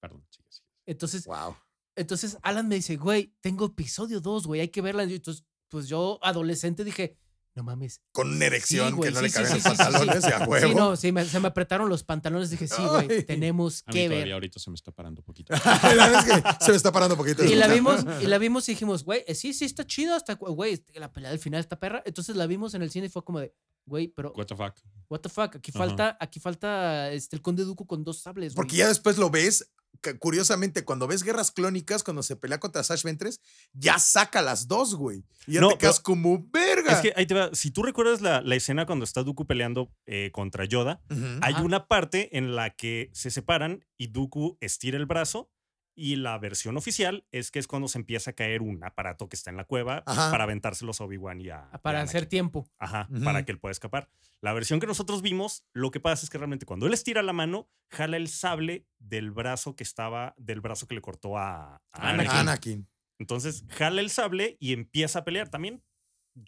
Speaker 4: Perdón, sí, sí.
Speaker 3: Entonces,
Speaker 1: wow.
Speaker 3: Entonces Alan me dice, güey, tengo episodio 2, güey, hay que verla. Y entonces, pues yo, adolescente, dije, no mames.
Speaker 1: Con una erección
Speaker 3: güey,
Speaker 1: que no
Speaker 3: sí,
Speaker 1: le
Speaker 3: sí,
Speaker 1: cabían
Speaker 3: sí,
Speaker 1: los
Speaker 3: sí, sí, sí.
Speaker 1: pantalones y a huevo.
Speaker 3: Sí, no, sí, me- se me apretaron los pantalones. Dije, sí,
Speaker 1: Ay.
Speaker 3: güey, tenemos
Speaker 4: A mí
Speaker 3: que
Speaker 4: todavía
Speaker 3: ver.
Speaker 4: ahorita se me está parando poquito.
Speaker 1: La verdad es que se me está parando un poquito.
Speaker 3: Y la vimos, y la vimos y dijimos, güey, eh, sí, sí, está chido, hasta, güey, la pelea del final está perra. Entonces la vimos en el cine y fue como de, güey, pero,
Speaker 4: What the fuck.
Speaker 3: what the fuck, aquí
Speaker 4: Ajá.
Speaker 3: falta, aquí falta este, el Conde Duco con dos sables, güey.
Speaker 1: Porque ya después lo ves que curiosamente, cuando ves guerras clónicas, cuando se pelea contra Sash Ventres, ya saca las dos, güey. Y ya
Speaker 2: No,
Speaker 1: te quedas
Speaker 2: pero-
Speaker 1: como verga.
Speaker 2: Es que ahí te va. Si tú recuerdas la, la escena cuando está Dooku peleando eh, contra Yoda,
Speaker 1: Ujú.
Speaker 2: hay
Speaker 3: Ajá.
Speaker 2: una parte en la que se separan y Dooku estira el brazo. Y la versión oficial es que es cuando se empieza a caer un aparato que está en la cueva
Speaker 1: Ajá.
Speaker 2: para aventárselos a Obi-Wan y a. y
Speaker 3: Para
Speaker 2: a
Speaker 3: hacer
Speaker 2: Anakin.
Speaker 3: tiempo.
Speaker 2: Ajá,
Speaker 1: Ujú.
Speaker 2: para que él pueda escapar. La versión que nosotros vimos, lo que pasa es que realmente cuando él estira la mano, jala el sable del brazo que estaba, del brazo que le cortó a, a Anakin.
Speaker 4: Anakin.
Speaker 1: Anakin.
Speaker 2: Entonces jala el sable y empieza a pelear también.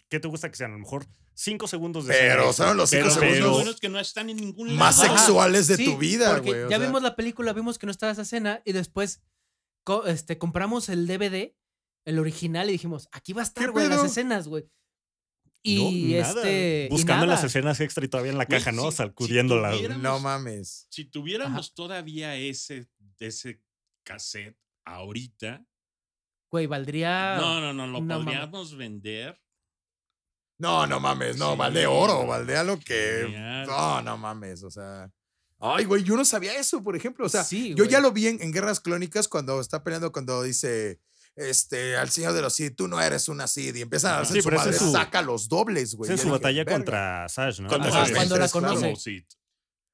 Speaker 2: ¿Qué te gusta que sean? A lo mejor cinco segundos de escena
Speaker 1: Pero
Speaker 2: extra.
Speaker 1: son los cinco
Speaker 4: Pero,
Speaker 2: pero-
Speaker 4: lo
Speaker 1: segundos
Speaker 4: bueno es que no están en ningún lado.
Speaker 1: más
Speaker 3: Ajá.
Speaker 1: sexuales de
Speaker 3: Sí,
Speaker 1: tu vida,
Speaker 3: porque
Speaker 1: güey. o
Speaker 3: Ya
Speaker 1: sea.
Speaker 3: vimos la película, vimos que no estaba esa escena y después co- este, compramos el DVD, el original, y dijimos, aquí va a estar,
Speaker 1: ¿Qué
Speaker 3: güey, las
Speaker 1: pedo?
Speaker 3: escenas, güey.
Speaker 2: No,
Speaker 3: Y
Speaker 2: nada.
Speaker 3: este. y
Speaker 2: Buscando las
Speaker 3: nada.
Speaker 2: escenas extra y todavía en la
Speaker 4: Güey,
Speaker 2: caja,
Speaker 4: si-
Speaker 2: ¿no?
Speaker 4: si
Speaker 2: Sacudiéndola.
Speaker 4: tuviera-
Speaker 1: No mames.
Speaker 4: Si tuviéramos todavía ese, ese cassette ahorita,
Speaker 3: Güey, valdría.
Speaker 4: no, no, no, lo
Speaker 3: Ah, no mames.
Speaker 4: podríamos vender.
Speaker 1: No, no mames. No,
Speaker 4: Sí.
Speaker 1: vale oro, valdea lo que.
Speaker 4: Genial.
Speaker 1: No, no mames. O sea. Ay, güey, yo no sabía eso, por ejemplo. O sea,
Speaker 3: Sí,
Speaker 1: yo
Speaker 3: güey.
Speaker 1: ya lo vi en, en Guerras Clónicas cuando está peleando, cuando dice. Este, al señor de los Sith, tú no eres una Sith. Y empiezan a
Speaker 4: Ajá.
Speaker 1: hacer
Speaker 2: Sí,
Speaker 1: su
Speaker 2: pero ese
Speaker 1: madre,
Speaker 2: es su-
Speaker 1: saca los dobles, güey.
Speaker 2: Es en
Speaker 1: Ya
Speaker 2: su
Speaker 1: dije,
Speaker 2: batalla
Speaker 1: "Verga".
Speaker 2: contra Sash, ¿no?
Speaker 4: Contra
Speaker 1: Ajá,
Speaker 4: Sash
Speaker 1: cuando la
Speaker 4: Ventress, claro.
Speaker 1: conoce.
Speaker 4: Como Sid.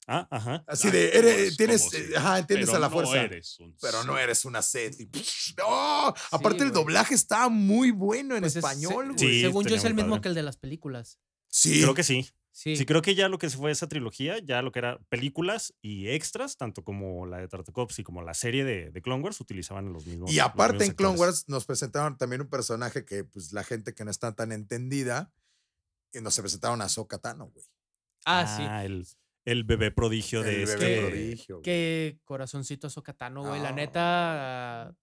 Speaker 2: Ah, ajá.
Speaker 1: Así
Speaker 4: Ah,
Speaker 1: de,
Speaker 4: como
Speaker 1: eres-
Speaker 4: es,
Speaker 1: tienes,
Speaker 4: como Sid.
Speaker 1: ajá, entiendes
Speaker 4: Pero
Speaker 1: a la
Speaker 4: no
Speaker 1: fuerza.
Speaker 4: eres un
Speaker 1: pero
Speaker 4: Sid.
Speaker 1: no eres una Sith. Y, no, aparte el
Speaker 3: güey.
Speaker 1: doblaje está muy bueno en
Speaker 3: Pues es-
Speaker 1: español, güey.
Speaker 3: se-
Speaker 2: Sí,
Speaker 3: según yo es
Speaker 2: tenía
Speaker 3: el
Speaker 2: muy
Speaker 3: mismo
Speaker 2: padre.
Speaker 3: que el de las películas.
Speaker 1: Sí,
Speaker 2: Creo que sí.
Speaker 3: Sí.
Speaker 2: Sí, creo que ya lo que se fue esa trilogía, ya lo que era películas y extras, tanto como la de Tartakovsky como la serie de, de Clone Wars, utilizaban a los mismos.
Speaker 1: Y
Speaker 2: los
Speaker 1: aparte
Speaker 2: mismos
Speaker 1: en Clone
Speaker 2: actores.
Speaker 1: Wars nos presentaron también un personaje que pues la gente que no está tan entendida y nos presentaron a Ahsoka Tano, güey.
Speaker 3: ah, sí.
Speaker 2: el, el bebé prodigio de
Speaker 1: El
Speaker 2: este.
Speaker 1: bebé
Speaker 3: que-
Speaker 1: prodigio. güey.
Speaker 3: Qué corazoncito Socatano, güey. La
Speaker 1: No.
Speaker 3: neta. ah,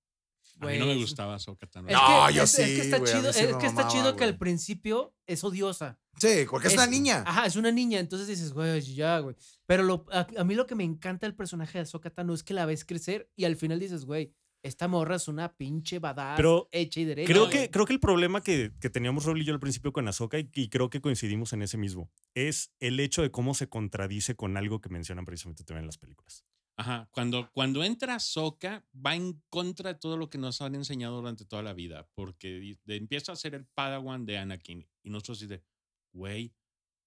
Speaker 4: A mí no me
Speaker 3: güey,
Speaker 4: gustaba Ahsoka Tano.
Speaker 3: Es
Speaker 1: No,
Speaker 3: que,
Speaker 1: yo
Speaker 3: es, es
Speaker 1: sí,
Speaker 3: que está
Speaker 1: güey, a mí
Speaker 3: chido,
Speaker 1: sí
Speaker 3: es
Speaker 1: me
Speaker 3: que, está
Speaker 1: mamaba,
Speaker 3: chido que al
Speaker 1: güey. Ah.
Speaker 3: principio es odiosa.
Speaker 1: Sí, porque es, una niña.
Speaker 3: Ajá, es ah, una niña, entonces dices, güey, ya, güey. Pero lo, a, a mí lo que me encanta del personaje de Ahsoka Tano es que la ves crecer y al final dices, güey, esta morra es una pinche badass
Speaker 2: Pero
Speaker 3: hecha y derecha.
Speaker 2: Creo
Speaker 4: No,
Speaker 2: que,
Speaker 4: güey.
Speaker 2: creo que el problema que, que teníamos Raúl y yo al principio con Azoka y, y creo que coincidimos en ese mismo, es el hecho de cómo se contradice con algo que mencionan precisamente también en las películas.
Speaker 4: Ajá, cuando, cuando entra Soca, va en contra de todo lo que nos han enseñado durante toda la vida, porque di- de- empieza a ser el Padawan de Anakin. Y nosotros así de, güey,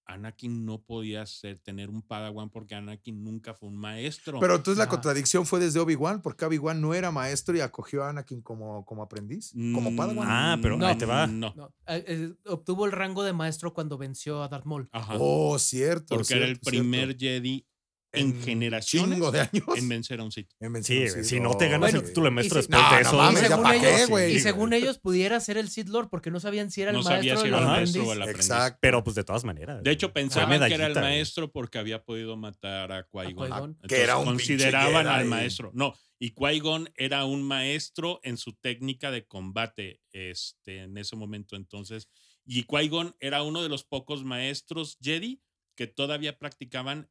Speaker 4: Anakin no podía ser, tener un Padawan porque Anakin nunca fue un maestro.
Speaker 1: Pero entonces la
Speaker 3: Ajá.
Speaker 1: contradicción fue desde Obi-Wan, porque Obi-Wan no era maestro y acogió a Anakin como, como aprendiz, como
Speaker 4: Mm,
Speaker 1: Padawan.
Speaker 2: Ah, pero
Speaker 3: ahí
Speaker 2: te va.
Speaker 4: No.
Speaker 3: No, eh, eh, obtuvo el rango de maestro cuando venció a Darth Maul.
Speaker 4: Ajá.
Speaker 1: Oh, cierto.
Speaker 4: porque era el
Speaker 1: cierto, cierto. pues.
Speaker 4: primer Jedi en, generaciones
Speaker 1: Chingo de años.
Speaker 4: en vencer a un Sith.
Speaker 1: en oh,
Speaker 2: Sí,
Speaker 1: mención,
Speaker 2: güey, si no te ganas
Speaker 3: Bueno,
Speaker 2: el título de maestro
Speaker 3: y si-
Speaker 2: después
Speaker 1: No,
Speaker 2: de
Speaker 1: no
Speaker 2: eso.
Speaker 1: mames,
Speaker 2: güey,
Speaker 3: ya
Speaker 2: no,
Speaker 3: pa' qué,
Speaker 2: sí,
Speaker 1: güey.
Speaker 3: y
Speaker 1: güey.
Speaker 3: según ellos pudiera ser el Sith Lord porque no sabían si era el
Speaker 4: No sabía
Speaker 3: maestro o
Speaker 4: si era
Speaker 3: el
Speaker 4: el
Speaker 2: Ajá.
Speaker 4: maestro
Speaker 3: aprendiz.
Speaker 4: o el aprendiz.
Speaker 1: Exacto.
Speaker 2: Pero pues de todas maneras.
Speaker 4: De hecho,
Speaker 2: güey.
Speaker 4: pensaban que era el
Speaker 2: medallita, güey.
Speaker 4: maestro porque había podido matar a Qui-Gon.
Speaker 3: Qui-Gon.
Speaker 4: Entonces,
Speaker 1: Que era un pinche
Speaker 4: consideraban al
Speaker 1: Jedi.
Speaker 4: maestro. No, y Qui-Gon era un maestro en su técnica de combate este, en ese momento. Entonces, y Qui-Gon era uno de los pocos maestros Jedi que todavía practicaban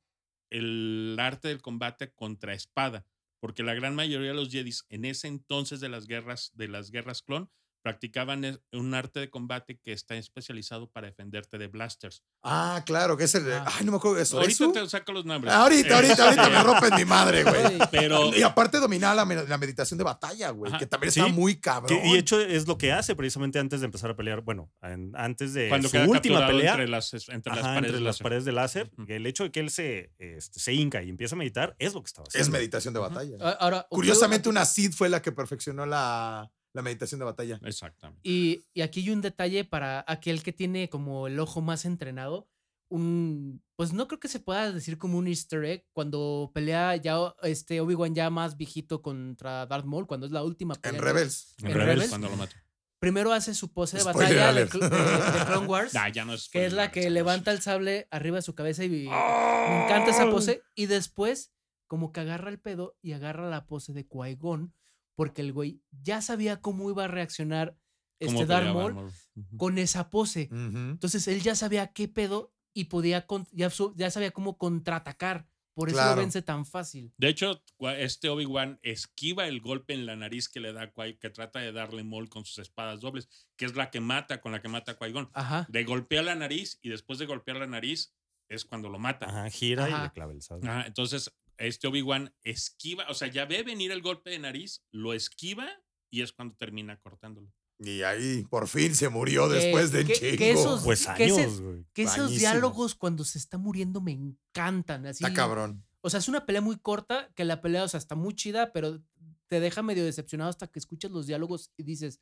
Speaker 4: el arte del combate contra espada, porque la gran mayoría de los Jedi en ese entonces de las guerras de las guerras clon practicaban es- un arte de combate que está especializado para defenderte de blasters.
Speaker 1: Ah, claro, que es el.
Speaker 3: Ah.
Speaker 1: Ay, no me acuerdo de eso.
Speaker 4: Ahorita
Speaker 1: ¿Eso? Ah,
Speaker 4: te saco los nombres.
Speaker 1: Ahorita, ahorita, ahorita
Speaker 4: Este,
Speaker 1: me rompen mi madre, güey.
Speaker 3: Güey,
Speaker 4: Pero
Speaker 1: Y aparte dominaba la, me- la meditación de batalla, güey,
Speaker 4: Ajá.
Speaker 1: que también está
Speaker 2: Sí,
Speaker 1: muy
Speaker 2: Que,
Speaker 1: cabrón.
Speaker 2: y de hecho es lo que hace precisamente antes de empezar a pelear, bueno, en- antes de
Speaker 4: cuando
Speaker 2: Eh, su
Speaker 4: queda
Speaker 2: última
Speaker 4: capturado
Speaker 2: pelea.
Speaker 4: entre las, entre las
Speaker 2: ajá,
Speaker 4: paredes.
Speaker 2: entre las
Speaker 4: láser.
Speaker 2: paredes de láser,
Speaker 4: Ujú.
Speaker 2: el hecho de que él se, este, se hinca y empieza a meditar es lo que estaba haciendo.
Speaker 1: es meditación de batalla.
Speaker 3: a- ahora,
Speaker 1: Curiosamente,
Speaker 3: obtuvo-
Speaker 1: una Sid fue la que perfeccionó la, la meditación de batalla.
Speaker 4: Exactamente.
Speaker 3: Y, y aquí hay un detalle para aquel que tiene como el ojo más entrenado. Un, pues no creo que se pueda decir como un easter egg cuando pelea ya o- este Obi-Wan ya más viejito contra Darth Maul, cuando es la última pelea.
Speaker 1: En
Speaker 3: ¿no?
Speaker 1: Rebels.
Speaker 2: En
Speaker 3: En
Speaker 2: Rebels,
Speaker 3: Rebels,
Speaker 4: Cuando lo mató.
Speaker 3: primero hace su pose de
Speaker 1: Spoiler
Speaker 3: batalla de,
Speaker 1: alert.
Speaker 3: Cl- de- de Clone Wars,
Speaker 4: Nah, ya no es.
Speaker 3: que es la que levanta el sable arriba de su cabeza y me encanta
Speaker 4: ¡Oh!
Speaker 3: esa pose. Y después, como que agarra el pedo y agarra la pose de Qui-Gon, porque el güey ya sabía cómo iba a reaccionar
Speaker 4: Cómo
Speaker 3: este Darth
Speaker 4: peleaba
Speaker 3: Maul
Speaker 4: Maul. Ujú. Mm.
Speaker 3: con esa pose.
Speaker 1: Ujú.
Speaker 3: Entonces él ya sabía qué pedo y podía con- ya, su- ya sabía cómo contraatacar. Por eso
Speaker 1: Claro.
Speaker 3: lo vence tan fácil.
Speaker 4: De hecho, cua- este Obi-Wan esquiva el golpe en la nariz que le da a Qui- que trata de darle Maul con sus espadas dobles, que es la que mata, con la que mata a Qui-Gon.
Speaker 3: Ajá.
Speaker 4: Le golpea la nariz y después de golpear la nariz es cuando lo mata.
Speaker 2: Ajá, gira y
Speaker 3: Ajá.
Speaker 4: Ah.
Speaker 2: le clava el sable.
Speaker 4: Ajá, entonces, Este Obi-Wan esquiva, o sea, ya ve venir el golpe de nariz, lo esquiva y es cuando termina cortándolo.
Speaker 1: Y ahí por fin se murió después de un
Speaker 3: que-
Speaker 1: chingo.
Speaker 3: que esos-
Speaker 2: Pues
Speaker 3: ¿Qué es el-
Speaker 2: años, güey.
Speaker 3: Que esos
Speaker 1: Buenísimo.
Speaker 3: diálogos cuando se está muriendo me encantan. Así,
Speaker 1: Está cabrón.
Speaker 3: O sea, es una pelea muy corta, que la pelea, o sea, está muy chida, pero te deja medio decepcionado hasta que escuchas los diálogos y dices,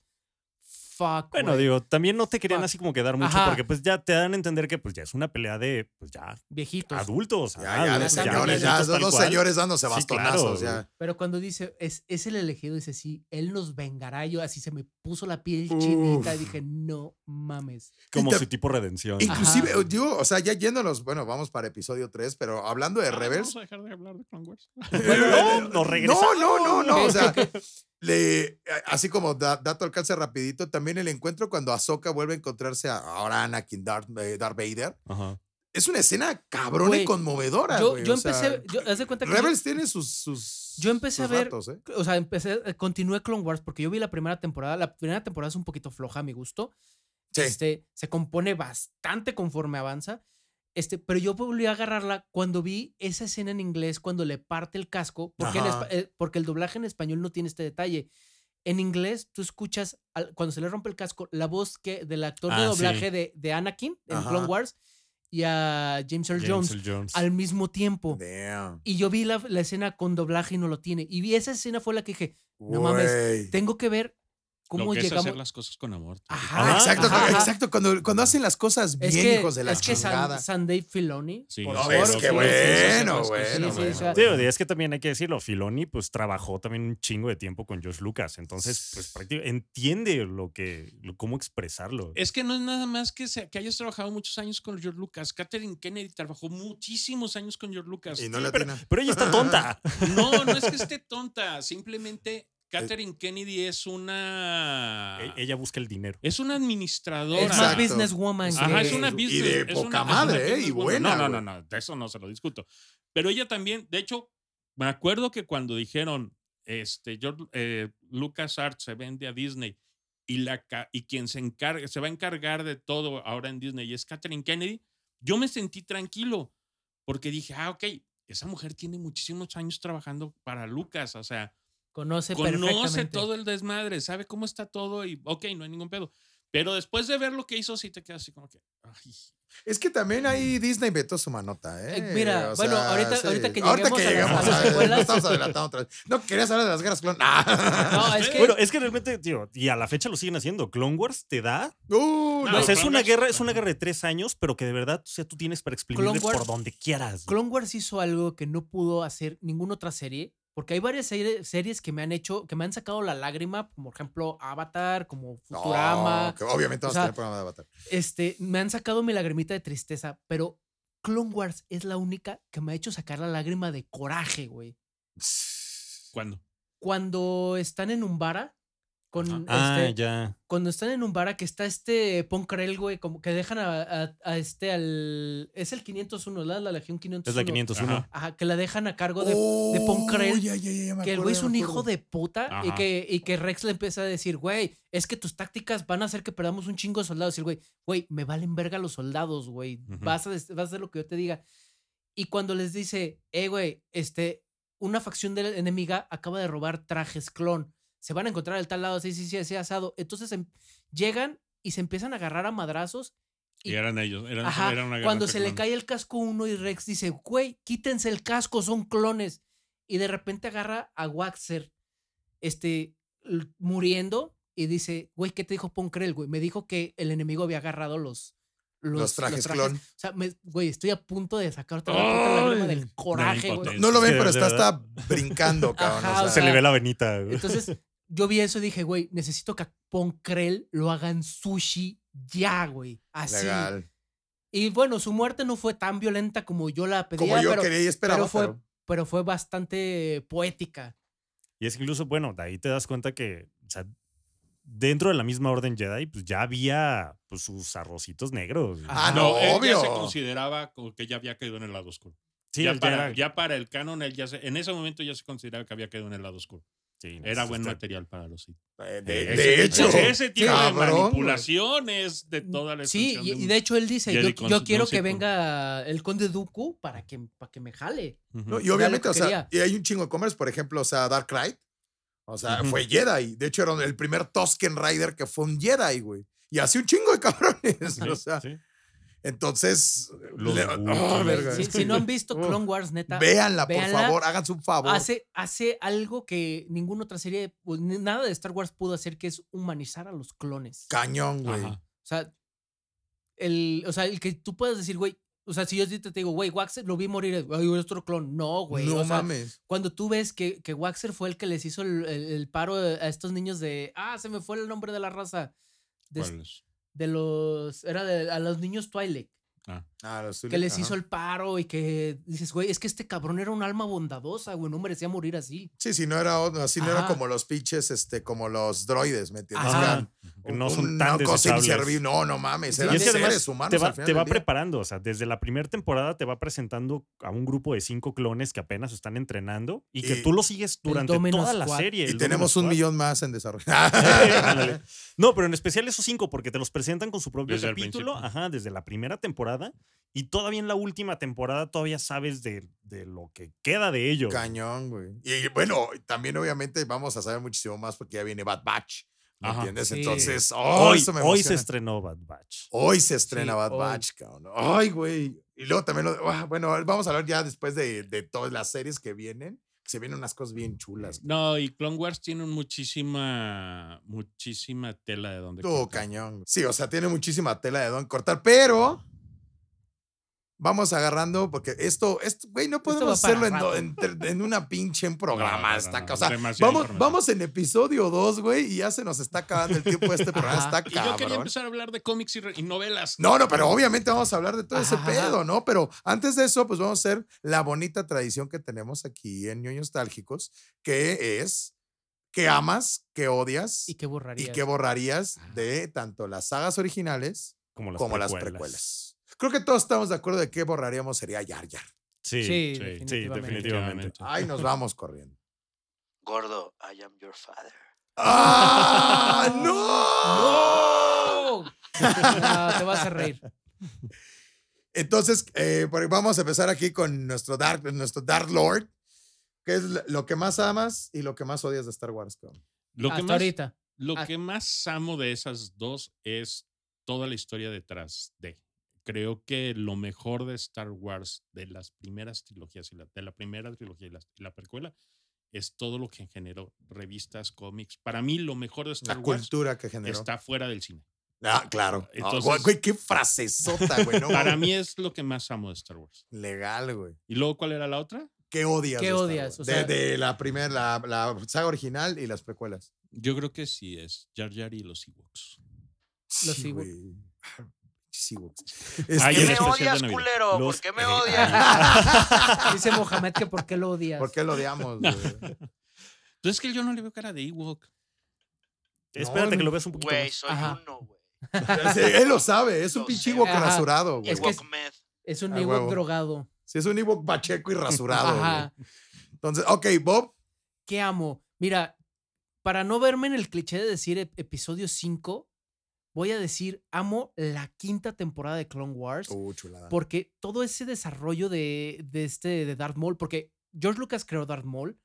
Speaker 3: fuck.
Speaker 2: Bueno,
Speaker 3: güey,
Speaker 2: digo, también no te querían
Speaker 3: Fuck.
Speaker 2: así como quedar mucho
Speaker 3: Ajá.
Speaker 2: porque pues ya te dan a entender que pues ya es una pelea de pues ya
Speaker 3: viejitos.
Speaker 2: adultos.
Speaker 1: Ya,
Speaker 2: ajá,
Speaker 1: ya, de
Speaker 2: adultos, ya,
Speaker 1: señores, ya,
Speaker 2: adultos
Speaker 1: dos,
Speaker 2: tal
Speaker 1: dos
Speaker 2: cual.
Speaker 1: señores dándose
Speaker 2: Sí, claro,
Speaker 1: bastonazos.
Speaker 2: güey.
Speaker 1: ya.
Speaker 3: Pero cuando dice, es, es el elegido, dice, sí, él nos vengará. Yo así se me puso la piel chinita. Dije, no mames.
Speaker 2: Como
Speaker 1: Y te-
Speaker 2: su tipo redención.
Speaker 1: Inclusive,
Speaker 3: Ajá.
Speaker 1: digo, o sea, ya yéndonos, bueno, vamos para episodio 3, pero hablando de
Speaker 4: Ah,
Speaker 1: Rebels.
Speaker 4: Vamos a dejar de hablar de Clone Wars.
Speaker 2: no, nos regresamos.
Speaker 1: eh, No, no, no, no. O sea, le- así como da- dato alcance rapidito, también el encuentro cuando Ahsoka vuelve a encontrarse a ahora Anakin Darth, eh, Darth Vader.
Speaker 2: Ajá.
Speaker 1: Es una escena cabrona y
Speaker 3: Güey,
Speaker 1: conmovedora.
Speaker 3: Yo,
Speaker 1: güey,
Speaker 3: yo
Speaker 1: o sea,
Speaker 3: empecé, yo, haz de cuenta que yo-
Speaker 1: Rebels tiene sus, sus.
Speaker 3: Yo empecé a
Speaker 1: sus
Speaker 3: ver-
Speaker 1: ratos, ¿eh?
Speaker 3: o sea, empecé, eh, continué Clone Wars porque yo vi la primera temporada. La primera temporada es un poquito floja a mi gusto.
Speaker 1: Sí.
Speaker 3: Este, se compone bastante conforme avanza. Este, pero yo volví a agarrarla cuando vi esa escena en inglés cuando le parte el casco, porque, el,
Speaker 1: Ajá.
Speaker 3: espa- eh, porque el doblaje en español no tiene este detalle. En inglés tú escuchas al- cuando se le rompe el casco la voz que del actor de
Speaker 2: Ah, sí.
Speaker 3: doblaje de, de Anakin en
Speaker 1: Ajá.
Speaker 3: Clone Wars y a James Earl
Speaker 2: James
Speaker 3: Jones
Speaker 2: Earl Jones.
Speaker 3: al mismo tiempo.
Speaker 1: Damn.
Speaker 3: Y yo vi la, la escena con doblaje y no lo tiene. Y vi esa escena fue la que dije, No mames,
Speaker 1: Güey.
Speaker 3: tengo que ver
Speaker 4: Lo
Speaker 3: cómo
Speaker 4: que es
Speaker 3: llegamos.
Speaker 4: hacer las cosas con amor.
Speaker 3: Ajá,
Speaker 1: Ah, exacto,
Speaker 3: ajá,
Speaker 1: cu-
Speaker 3: ajá.
Speaker 1: exacto. Cuando, cuando hacen las cosas bien,
Speaker 3: Es que,
Speaker 1: hijos de la
Speaker 3: es que San-
Speaker 1: chingada.
Speaker 3: Sunday Filoni.
Speaker 4: Sí,
Speaker 1: No,
Speaker 4: sí,
Speaker 1: ves,
Speaker 4: sí,
Speaker 1: qué
Speaker 4: sí,
Speaker 1: bueno,
Speaker 4: sí, sí,
Speaker 1: bueno,
Speaker 4: sí, sí,
Speaker 1: bueno.
Speaker 4: sí,
Speaker 2: Sí, o sea, es que también hay que decirlo, Filoni pues trabajó también un chingo de tiempo con George Lucas, entonces pues prácti- entiende lo que, lo- cómo expresarlo.
Speaker 1: Eh,
Speaker 4: Es que no es nada más que, se- que hayas trabajado muchos años con George Lucas. Catherine Kennedy trabajó muchísimos años con George Lucas.
Speaker 1: Y no
Speaker 4: Sí,
Speaker 1: la
Speaker 4: pero-
Speaker 1: tiene.
Speaker 2: Pero ella está tonta.
Speaker 4: no, no es que esté tonta. Simplemente Catherine Kennedy es una.
Speaker 2: E- ella busca el dinero.
Speaker 4: Es una administradora.
Speaker 3: Es más
Speaker 1: Exacto.
Speaker 3: businesswoman.
Speaker 1: Ajá,
Speaker 4: Ajá,
Speaker 3: que-
Speaker 4: es una
Speaker 1: Y
Speaker 4: business.
Speaker 1: de
Speaker 4: es
Speaker 1: poca
Speaker 4: una-
Speaker 1: madre,
Speaker 4: es una
Speaker 1: ¿eh? Y
Speaker 4: businesswoman.
Speaker 1: buena,
Speaker 4: No, no, no, no, de eso no se lo discuto. Pero ella también, de hecho, me acuerdo que cuando dijeron, este, George, eh, Lucas Arts se vende a Disney y, la, ca- y quien se, encarga, se va a encargar de todo ahora en Disney y es Catherine Kennedy, yo me sentí tranquilo porque dije, ah, ok, esa mujer tiene muchísimos años trabajando para Lucas, o sea,
Speaker 3: Conoce
Speaker 4: conoce
Speaker 3: perfectamente.
Speaker 4: todo el desmadre, sabe cómo está todo y, ok, no hay ningún pedo. Pero después de ver lo que hizo, sí te quedas así como que, ay,
Speaker 1: Es que también ahí Disney metió su manota, ¿eh?
Speaker 3: Eh, mira, bueno, ahorita- ahorita que lleguemos a las-
Speaker 1: llegamos
Speaker 3: a las
Speaker 1: a-
Speaker 3: secuelas.
Speaker 1: no estamos adelantando otra vez. No, querías hablar de las guerras clon. Ah.
Speaker 3: No, es que
Speaker 2: Bueno, es que realmente, tío, y a la fecha lo siguen haciendo. Clone Wars te da.
Speaker 1: Uh,
Speaker 4: No,
Speaker 1: no.
Speaker 2: o
Speaker 3: pues
Speaker 2: sea, es
Speaker 4: Clone
Speaker 2: una
Speaker 4: Wars-
Speaker 2: guerra, es una guerra de tres años, pero que de verdad, o sea, tú tienes para exprimirle
Speaker 3: Clone Wars-
Speaker 2: por donde quieras. güey.
Speaker 3: Clone Wars hizo algo que no pudo hacer ninguna otra serie. Porque hay varias serie- series que me han hecho, que me han sacado la lágrima, como por ejemplo Avatar, como
Speaker 1: No,
Speaker 3: Futurama.
Speaker 1: que obviamente vamos
Speaker 3: o sea,
Speaker 1: a tener programa de Avatar.
Speaker 3: Este, me han sacado mi lagrimita de tristeza, pero Clone Wars es la única que me ha hecho sacar la lágrima de coraje, güey.
Speaker 4: ¿cuándo?
Speaker 3: Cuando están en Umbara, con
Speaker 2: Ah,
Speaker 3: este,
Speaker 2: ya.
Speaker 3: cuando están en Umbara, que está este Poncarel, güey, como que dejan a, a- a este al. Es el 501, ¿la, la Legión 501.
Speaker 2: Es la 501.
Speaker 4: Ajá.
Speaker 3: Ajá, que la dejan a cargo de.
Speaker 1: Oh,
Speaker 3: Poncrel,
Speaker 1: ya, ya, ya, me
Speaker 3: que el
Speaker 1: acuerdo,
Speaker 3: güey
Speaker 1: ya
Speaker 3: es
Speaker 1: me
Speaker 3: un
Speaker 1: acuerdo.
Speaker 3: hijo de puta y
Speaker 4: Ajá.
Speaker 3: que, y que Rex le empieza a decir, güey, es que tus tácticas van a hacer que perdamos un chingo de soldados. Y el güey, güey, me valen verga los soldados, güey.
Speaker 2: Ujú.
Speaker 3: vas, a, des- vas a hacer lo que yo te diga. Y cuando les dice, eh, güey, este, una facción de la enemiga acaba de robar trajes clon. Se van a encontrar al tal lado, sí, sí, sí, sí, asado. Entonces em- llegan y se empiezan a agarrar a madrazos.
Speaker 4: Y, eran ellos, eran,
Speaker 3: Ajá,
Speaker 4: era una guerra
Speaker 3: cuando se le
Speaker 4: clon.
Speaker 3: cae el casco a uno y Rex dice, güey, quítense el casco, son clones. Y de repente agarra a Waxer, este, l- muriendo y dice, güey, ¿qué te dijo Ponkrell, güey? Me dijo que el enemigo había agarrado los...
Speaker 1: Los, trajes, clon.
Speaker 3: O sea, me- güey, estoy a punto de sacar otra vez la puta lágrima
Speaker 2: Ay.
Speaker 3: del coraje,
Speaker 4: impotencia.
Speaker 3: güey.
Speaker 1: No lo
Speaker 2: Es
Speaker 1: ven,
Speaker 2: que
Speaker 1: pero
Speaker 2: de
Speaker 1: está
Speaker 2: verdad-
Speaker 1: hasta brincando, cabrón. o
Speaker 3: Ajá, o
Speaker 1: sea,
Speaker 2: Se le
Speaker 3: sea,
Speaker 2: ve la venita. güey.
Speaker 3: Entonces, yo vi eso y dije, güey, necesito que a Ponkrell lo hagan sushi ya, güey. Así.
Speaker 1: legal.
Speaker 3: Y bueno, su muerte no fue tan violenta como yo la pedía,
Speaker 1: Como yo
Speaker 3: pero,
Speaker 1: quería y esperaba.
Speaker 3: pero fue-
Speaker 1: pero-
Speaker 3: pero fue bastante poética.
Speaker 2: Y es que incluso, bueno, de ahí te das cuenta que, o sea, dentro de la misma Orden Jedi, pues ya había pues, sus arrocitos negros. güey.
Speaker 1: Ah,
Speaker 4: No,
Speaker 1: no,
Speaker 4: él
Speaker 1: obvio.
Speaker 4: ya se consideraba como que ya había caído en el lado oscuro.
Speaker 2: sí,
Speaker 4: ya,
Speaker 2: ya
Speaker 4: para,
Speaker 2: era-
Speaker 4: ya para el canon, él ya se- en ese momento ya se consideraba que había caído en el lado oscuro.
Speaker 2: Sí,
Speaker 4: Era
Speaker 2: esto
Speaker 4: buen
Speaker 2: está-
Speaker 4: material para los Sith.
Speaker 1: Eh, De,
Speaker 4: Ese-
Speaker 1: de hecho,
Speaker 4: Ese tipo de
Speaker 1: cabrón, güey.
Speaker 4: manipulaciones de toda la
Speaker 3: Sí,
Speaker 4: expansión
Speaker 3: y, y
Speaker 4: un-
Speaker 3: de hecho él dice,
Speaker 4: Jedi
Speaker 3: yo,
Speaker 4: con
Speaker 3: yo
Speaker 4: sus
Speaker 3: quiero
Speaker 4: dos
Speaker 3: que
Speaker 4: hijos".
Speaker 3: venga el conde Dooku para que, para que me jale.
Speaker 4: Ujú.
Speaker 1: No, y obviamente,
Speaker 3: que
Speaker 1: o sea,
Speaker 3: quería.
Speaker 1: y hay un chingo de cómics, por ejemplo, o sea, Dark Knight. O sea,
Speaker 4: Ujú.
Speaker 1: fue Jedi. De hecho, era el primer Tosken Rider que fue un Jedi, güey. Y así un chingo de cabrones.
Speaker 2: Sí,
Speaker 1: o sea,
Speaker 2: sí.
Speaker 1: entonces.
Speaker 2: Los
Speaker 1: le-
Speaker 2: Wookiees.
Speaker 1: oh, verga.
Speaker 3: Si, si no han visto Clone Wars, neta,
Speaker 1: Véanla, por
Speaker 3: véanla.
Speaker 1: favor. Háganse un favor.
Speaker 3: hace, hace algo que ninguna otra serie, pues, ni- nada de Star Wars pudo hacer, que es humanizar a los clones.
Speaker 1: Cañón, güey.
Speaker 4: Ajá.
Speaker 3: O sea, el, o sea, el que tú puedas decir, güey, o sea, si yo ahorita te digo, güey, Waxer lo vi morir, es, "Ay, otro clon. No, güey.
Speaker 1: no
Speaker 3: o sea,
Speaker 1: mames.
Speaker 3: cuando tú ves que, que Waxer fue el que les hizo el, el- el paro a estos niños de, ah, se me fue el nombre de la raza. De,
Speaker 4: ¿Cuál es?
Speaker 3: de los, era de, a los niños Twilight,
Speaker 1: Ah, los
Speaker 3: que
Speaker 1: Zully,
Speaker 3: les
Speaker 1: ajá.
Speaker 3: hizo el paro y que dices, güey, es que este cabrón era un alma bondadosa, güey, no merecía morir así.
Speaker 1: Sí, si no era, otro- así no era
Speaker 3: Ajá.
Speaker 1: como los pinches, este, como los droides, ¿me entiendes?
Speaker 3: Ajá.
Speaker 1: O sea,
Speaker 2: Que no son
Speaker 1: un-
Speaker 2: tan
Speaker 1: una cosa
Speaker 2: desechables.
Speaker 1: inservible. No, no mames.
Speaker 3: Sí,
Speaker 1: Eran
Speaker 3: y es que
Speaker 1: seres
Speaker 3: además
Speaker 1: humanos.
Speaker 2: te
Speaker 1: al
Speaker 2: va,
Speaker 1: final
Speaker 2: te va
Speaker 1: del día.
Speaker 2: preparando, o sea, desde la primera temporada te va presentando a un grupo de cinco clones que apenas están entrenando y que
Speaker 1: Y-
Speaker 2: tú lo sigues
Speaker 3: El
Speaker 2: durante
Speaker 3: Domino
Speaker 2: toda la
Speaker 3: Squad.
Speaker 2: serie.
Speaker 1: Y
Speaker 2: el
Speaker 1: tenemos un
Speaker 2: Domino Squad.
Speaker 1: millón más en desarrollo.
Speaker 2: Ándale. no, pero en especial esos cinco, porque te los presentan con su propio
Speaker 4: Desde el
Speaker 2: capítulo,
Speaker 4: principio.
Speaker 2: ajá, desde la primera temporada y todavía en la última temporada todavía sabes de, de lo que queda de ellos.
Speaker 1: Cañón, güey. Y bueno, también obviamente vamos a saber muchísimo más porque ya viene Bad Batch. ¿Me
Speaker 4: Ajá.
Speaker 1: entiendes?
Speaker 3: Sí.
Speaker 1: Entonces, oh,
Speaker 2: Hoy,
Speaker 1: eso me
Speaker 2: hoy se
Speaker 1: emociona.
Speaker 2: estrenó Bad Batch.
Speaker 1: Hoy se estrena
Speaker 3: Sí,
Speaker 1: Bad
Speaker 3: hoy.
Speaker 1: Batch, cabrón. Ay, güey. Y luego también, lo, ah, bueno, vamos a hablar ya después de, de todas las series que vienen. Se vienen unas cosas bien chulas.
Speaker 4: No, y Clone Wars tiene muchísima, muchísima tela de donde
Speaker 1: Todo
Speaker 4: cortar.
Speaker 1: cañón. Sí, o sea, tiene muchísima tela de don cortar, pero vamos agarrando porque esto, esto güey, no
Speaker 3: va
Speaker 1: podemos
Speaker 3: para
Speaker 1: hacerlo en, do-
Speaker 3: rato.
Speaker 1: en ter- en una pinche en
Speaker 4: No, no,
Speaker 1: programa.
Speaker 4: no,
Speaker 1: está
Speaker 4: no,
Speaker 1: ca- o sea,
Speaker 4: demasiada
Speaker 1: vamos,
Speaker 4: información.
Speaker 1: vamos en episodio 2, güey, y ya se nos está acabando el tiempo de este programa.
Speaker 3: Ajá.
Speaker 1: Está
Speaker 4: Y yo quería
Speaker 1: cabrón.
Speaker 4: empezar a hablar de cómics y, re- y novelas.
Speaker 1: No, no, pero obviamente vamos a hablar de todo ese
Speaker 3: Ajá.
Speaker 1: pedo, ¿no? Pero antes de eso, pues vamos a hacer la bonita tradición que tenemos aquí en Ñoños Nostálgicos, que es que amas, que odias
Speaker 3: Y que borraría.
Speaker 1: y que borrarías de tanto las sagas originales
Speaker 2: Como las
Speaker 1: como
Speaker 2: precuelas.
Speaker 1: las precuelas. Creo que todos estamos de acuerdo de que borraríamos sería Yar Yar.
Speaker 2: Sí,
Speaker 3: Sí,
Speaker 4: sí,
Speaker 3: definitivamente.
Speaker 2: definitivamente.
Speaker 1: Ay, nos vamos corriendo.
Speaker 5: Gordo, I am your father.
Speaker 1: ¡Ah! ¡No!
Speaker 3: ¡No! Ah, te vas a reír.
Speaker 1: Entonces, eh, por- vamos a empezar aquí con nuestro Dark, nuestro Dark Lord, que es lo- lo que más amas y lo que más odias de Star Wars. cabrón.
Speaker 4: Lo que
Speaker 3: Hasta
Speaker 4: más-
Speaker 3: ahorita.
Speaker 4: Lo
Speaker 3: Ah.
Speaker 4: que más amo de esas dos es toda la historia detrás de. Creo que lo mejor de Star Wars, de las primeras trilogías, y la, de la primera trilogía y la, y la precuela, es todo lo que generó revistas, cómics. Para mí, lo mejor de Star
Speaker 1: La
Speaker 4: Wars
Speaker 1: cultura que generó.
Speaker 4: está fuera del cine.
Speaker 1: Ah, claro. Ah,
Speaker 4: Entonces-
Speaker 1: güey, güey, qué frasezota, güey. No,
Speaker 4: Para mí es lo que más amo de Star Wars.
Speaker 1: Legal, güey.
Speaker 4: ¿Y luego cuál era la otra?
Speaker 1: ¿Qué odias?
Speaker 3: ¿Qué
Speaker 1: de Star
Speaker 3: odias?
Speaker 1: Wars?
Speaker 3: O sea-
Speaker 1: de, de la primera, la, la saga original y las precuelas.
Speaker 4: Yo creo que sí es Jar Jar y los Ewoks.
Speaker 3: Los
Speaker 1: sí,
Speaker 3: Ewoks.
Speaker 1: güey. Ah, Sí, güey.
Speaker 4: Ay,
Speaker 5: ¿Qué
Speaker 4: en
Speaker 5: me
Speaker 4: especial de
Speaker 5: odias,
Speaker 4: Navidad.
Speaker 5: culero?
Speaker 2: Los-
Speaker 5: ¿Por qué me odias?
Speaker 3: Dice Mohamed que por qué lo odias.
Speaker 1: ¿Por qué lo odiamos,
Speaker 4: No.
Speaker 1: güey?
Speaker 4: Entonces es que yo no le veo cara de Ewok.
Speaker 2: Espérate
Speaker 1: No,
Speaker 2: que lo veas un poquito
Speaker 5: Güey,
Speaker 2: más.
Speaker 5: soy
Speaker 3: Ajá.
Speaker 5: uno, güey.
Speaker 1: Sí, él lo sabe, es un
Speaker 5: Lo
Speaker 1: pinche
Speaker 5: sé.
Speaker 1: Ewok
Speaker 3: Ajá.
Speaker 1: rasurado, güey.
Speaker 3: Es que-
Speaker 5: Ewok Med.
Speaker 3: Es un
Speaker 1: Ah,
Speaker 3: Ewok
Speaker 1: huevo.
Speaker 3: drogado.
Speaker 1: Sí, es un Ewok pacheco y rasurado, güey.
Speaker 3: Ajá.
Speaker 1: Entonces, ok, Bob,
Speaker 3: ¿Qué amo? Mira, para no verme en el cliché de decir ep- episodio 5, voy a decir amo la quinta temporada de Clone Wars.
Speaker 1: Uh, chulada.
Speaker 3: Porque todo ese desarrollo de, de este de Darth Maul, porque George Lucas creó Darth Maul,